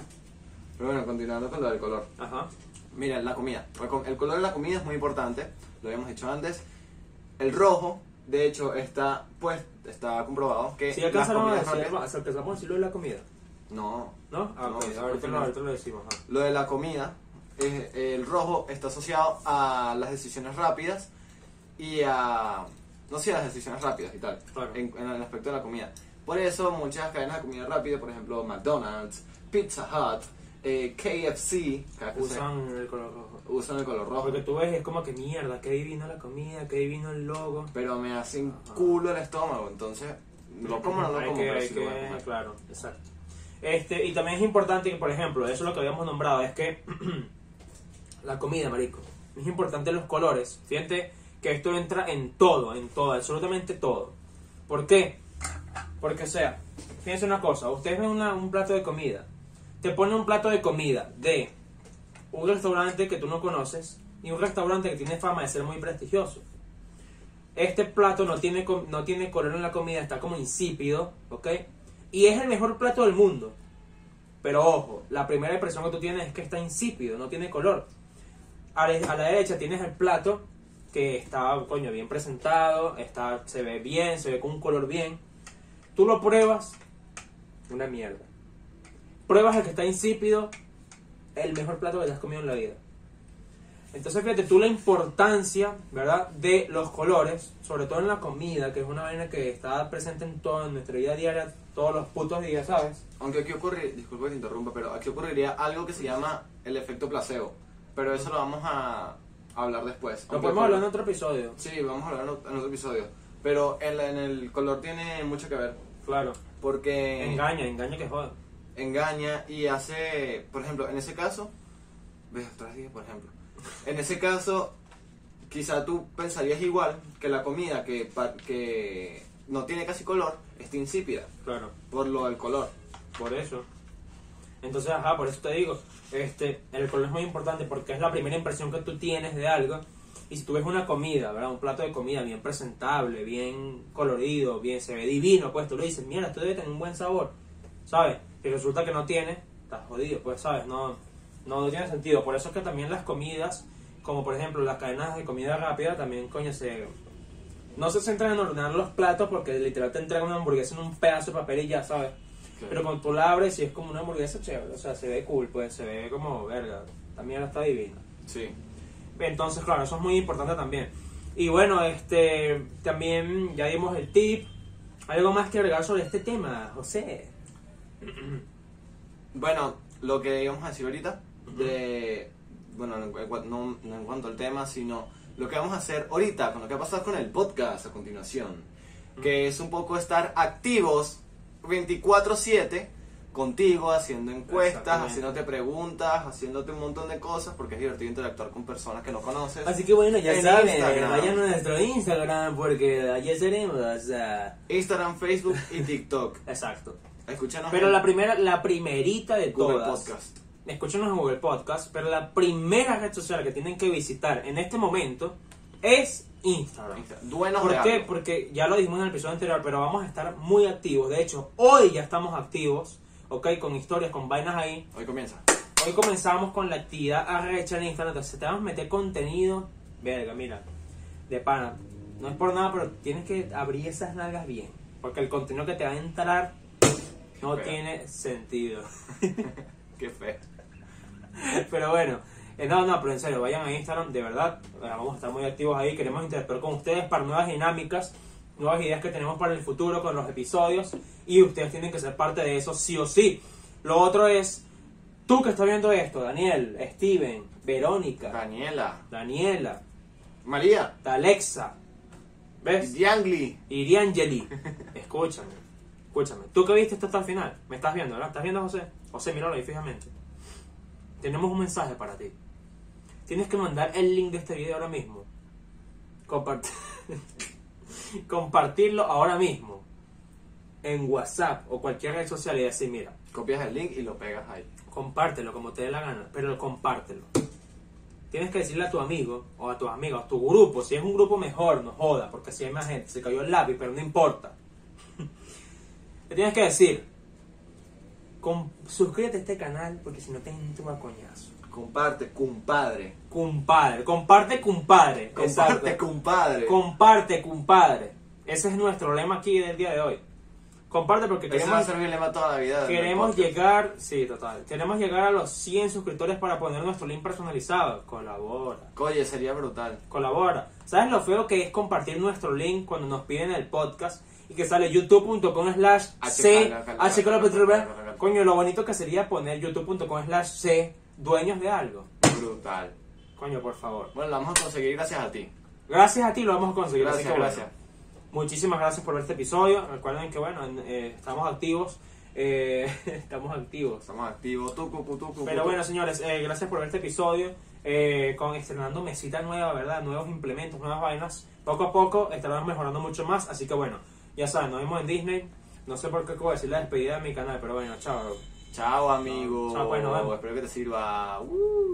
Speaker 2: Pero bueno, continuando con lo del color.
Speaker 1: Ajá.
Speaker 2: Mira, la comida. La co- El color de la comida es muy importante, lo habíamos dicho antes. El rojo, de hecho, está pues está comprobado que
Speaker 1: Si alcanzaron a
Speaker 2: Eh, las comidas
Speaker 1: decir,
Speaker 2: rápidas-
Speaker 1: si alcanzamos a decir lo de la comida,
Speaker 2: No,
Speaker 1: ¿no? Ah,
Speaker 2: No,
Speaker 1: ok,
Speaker 2: eso
Speaker 1: ahorita,
Speaker 2: fue
Speaker 1: lo,
Speaker 2: primero.
Speaker 1: ahorita lo decimos, ajá.
Speaker 2: lo de la comida, eh, el rojo está asociado a las decisiones rápidas y a no sé, a las decisiones rápidas y tal.
Speaker 1: Claro.
Speaker 2: En, en el aspecto de la comida. Por eso muchas cadenas de comida rápida, por ejemplo, McDonald's, Pizza Hut, eh, KFC, KFC,
Speaker 1: Usan el color rojo.
Speaker 2: usan el color rojo.
Speaker 1: Lo que tú ves es como que mierda, qué divino la comida, qué divino el logo.
Speaker 2: pero me hace un
Speaker 1: Ajá.
Speaker 2: culo el estómago, entonces lo como o no lo
Speaker 1: Hay
Speaker 2: como,
Speaker 1: que-
Speaker 2: pero
Speaker 1: hay
Speaker 2: sí lo voy a
Speaker 1: que-
Speaker 2: comer.
Speaker 1: Claro, exacto. Este, y también es importante que, por ejemplo, eso es lo que habíamos nombrado, es que [CLEARS THROAT] la comida, marico, es importante los colores. Fíjate que esto entra en todo, en todo, absolutamente todo. ¿Por qué? Porque, o sea, fíjense una cosa, ustedes ven una- un plato de comida, te ponen un plato de comida de un restaurante que tú no conoces y un restaurante que tiene fama de ser muy prestigioso. Este plato no tiene, com- no tiene color en la comida, está como insípido, ¿ok? Y es el mejor plato del mundo. Pero ojo, la primera impresión que tú tienes es que está insípido, no tiene color. A la, a la derecha tienes el plato que está, coño, bien presentado, está, se ve bien, se ve con un color bien. Tú lo pruebas, una mierda. Pruebas el que está insípido, el mejor plato que te has comido en la vida. Entonces fíjate tú la importancia, ¿verdad? De los colores, sobre todo en la comida, que es una vaina que está presente en toda nuestra vida diaria, todos los putos días, ¿sabes?
Speaker 2: Aunque aquí ocurre, disculpa que te interrumpa, pero aquí ocurriría algo que se llama el efecto placebo, pero eso lo vamos a hablar después.
Speaker 1: Lo
Speaker 2: Aunque
Speaker 1: podemos
Speaker 2: el
Speaker 1: hablar en
Speaker 2: color-
Speaker 1: otro episodio.
Speaker 2: Sí, vamos a hablar en ot- en otro episodio, pero en, la- en el color tiene mucho que ver,
Speaker 1: Claro.
Speaker 2: porque
Speaker 1: Engaña, engaña que joda.
Speaker 2: engaña y hace, por ejemplo, en ese caso, ves, otra vez dije, por ejemplo, en ese caso, quizá tú pensarías igual que la comida que, pa- que no tiene casi color está insípida
Speaker 1: Claro.
Speaker 2: por lo del color.
Speaker 1: Por eso. Entonces, ajá, por eso te digo, este, el color es muy importante porque es la primera impresión que tú tienes de algo. Y si tú ves una comida, ¿verdad? Un plato de comida bien presentable, bien colorido, bien, se ve divino, pues tú le dices, mira, esto debe tener un buen sabor, ¿sabes? Y resulta que no tiene, estás jodido, pues, ¿sabes? No, no, no tiene sentido. Por eso es que también las comidas, como por ejemplo las cadenas de comida rápida, también, coño, se... No se centran en ordenar los platos porque literal te entregan una hamburguesa en un pedazo de papel y ya, ¿sabes? Pero cuando tú la abres, si es como una hamburguesa chévere, o sea, se ve cool, pues se ve como verga. También está divina.
Speaker 2: Sí.
Speaker 1: Entonces, claro, eso es muy importante también. Y bueno, este también ya dimos el tip. ¿Hay algo más que agregar sobre este tema, José?
Speaker 2: Bueno, lo que íbamos a decir ahorita, de, bueno, no, en cua- no- no en cuanto al tema, sino lo que vamos a hacer ahorita, con lo que va a pasar con el podcast a continuación, que es un poco estar activos 24/7 contigo, haciendo encuestas,
Speaker 1: Exactamente.
Speaker 2: haciéndote preguntas, haciéndote un montón de cosas, porque es divertido interactuar con personas que no conoces.
Speaker 1: Así que bueno, ya
Speaker 2: En
Speaker 1: saben,
Speaker 2: Instagram.
Speaker 1: vayan a nuestro Instagram porque allí seremos. o sea,
Speaker 2: Instagram, Facebook y TikTok.
Speaker 1: Exacto.
Speaker 2: Escúchanos
Speaker 1: Pero
Speaker 2: en
Speaker 1: la primera, la primerita de
Speaker 2: Google
Speaker 1: todas.
Speaker 2: Podcast.
Speaker 1: escúchenos en Google Podcast, pero la primera red social que tienen que visitar en este momento es Instagram.
Speaker 2: Insta- Duenos de
Speaker 1: ¿Por qué?
Speaker 2: algo.
Speaker 1: Porque ya lo dijimos en el episodio anterior, pero vamos a estar muy activos. De hecho, hoy ya estamos activos. ¿ok? Con historias, con vainas ahí.
Speaker 2: Hoy comienza.
Speaker 1: Hoy comenzamos con la actividad arrecha en Instagram. Entonces, te vamos a meter contenido. Verga, mira. De pana. No es por nada, pero tienes que abrir esas nalgas bien. Porque el contenido que te va a entrar no
Speaker 2: Pero-
Speaker 1: tiene sentido.
Speaker 2: Qué fe.
Speaker 1: Pero bueno, eh, no, no, pero en serio, vayan a Instagram, de verdad, eh, vamos a estar muy activos ahí, queremos interactuar con ustedes para nuevas dinámicas, nuevas ideas que tenemos para el futuro con los episodios y ustedes tienen que ser parte de eso sí o sí. Lo otro es, tú que estás viendo esto, Daniel, Steven, Verónica,
Speaker 2: Daniela.
Speaker 1: Daniela,
Speaker 2: María.
Speaker 1: Alexa, ¿ves?
Speaker 2: Yangli.
Speaker 1: Y Diangeli, escúchame, escúchame, tú que viste esto hasta el final, me estás viendo, ¿verdad? ¿Estás viendo, José? José, míralo ahí fijamente. Tenemos un mensaje para ti. Tienes que mandar el link de este video ahora mismo. Compart- [LAUGHS] Compartirlo ahora mismo. En WhatsApp o cualquier red social y decir, mira,
Speaker 2: Copias el link y lo pegas ahí.
Speaker 1: compártelo como te dé la gana, pero compártelo. Tienes que decirle a tu amigo o a tus amigos, a tu grupo, si es un grupo mejor, no joda, porque si hay más gente, se cayó el lápiz, pero no importa. [LAUGHS] Le tienes que decir, com- suscríbete a este canal porque si no te entro a coñazo.
Speaker 2: Comparte, compadre.
Speaker 1: Compadre, comparte, compadre.
Speaker 2: Comparte,
Speaker 1: Exacto.
Speaker 2: compadre.
Speaker 1: comparte, compadre. Ese es nuestro lema aquí del día de hoy. Comparte porque
Speaker 2: Ese va a
Speaker 1: queremos
Speaker 2: ser mi lema toda la vida. del
Speaker 1: Queremos
Speaker 2: podcast.
Speaker 1: llegar, sí, total. Queremos llegar a los 100 suscriptores para poner nuestro link personalizado. Colabora,
Speaker 2: Oye, sería brutal.
Speaker 1: colabora. ¿Sabes lo feo que es compartir nuestro link cuando nos piden el podcast y que sale youtube.com slash c
Speaker 2: H-
Speaker 1: H- H- Coño, lo bonito que sería poner youtube.com slash c dueños de algo.
Speaker 2: Brutal.
Speaker 1: Coño, por favor.
Speaker 2: Bueno, lo vamos a conseguir gracias a ti.
Speaker 1: Gracias a ti lo vamos a conseguir. así
Speaker 2: Gracias,
Speaker 1: que bueno.
Speaker 2: gracias.
Speaker 1: Muchísimas gracias por ver este episodio. Recuerden que, bueno, en- eh, estamos activos. eh, [LAUGHS] estamos activos.
Speaker 2: Estamos activos. Tucu, tucu, tucu,
Speaker 1: Pero
Speaker 2: tucu.
Speaker 1: bueno, señores, eh, gracias por ver este episodio. eh, con estrenando mesita nueva, ¿verdad? Nuevos implementos, nuevas vainas. Poco a poco estaremos mejorando mucho más. Así que bueno, ya saben, nos vemos en Disney. No sé por qué acabo de decir la despedida de mi canal, pero bueno, chao.
Speaker 2: Chao, amigo.
Speaker 1: Chao, pues, nos vemos.
Speaker 2: Espero que te sirva. Uh.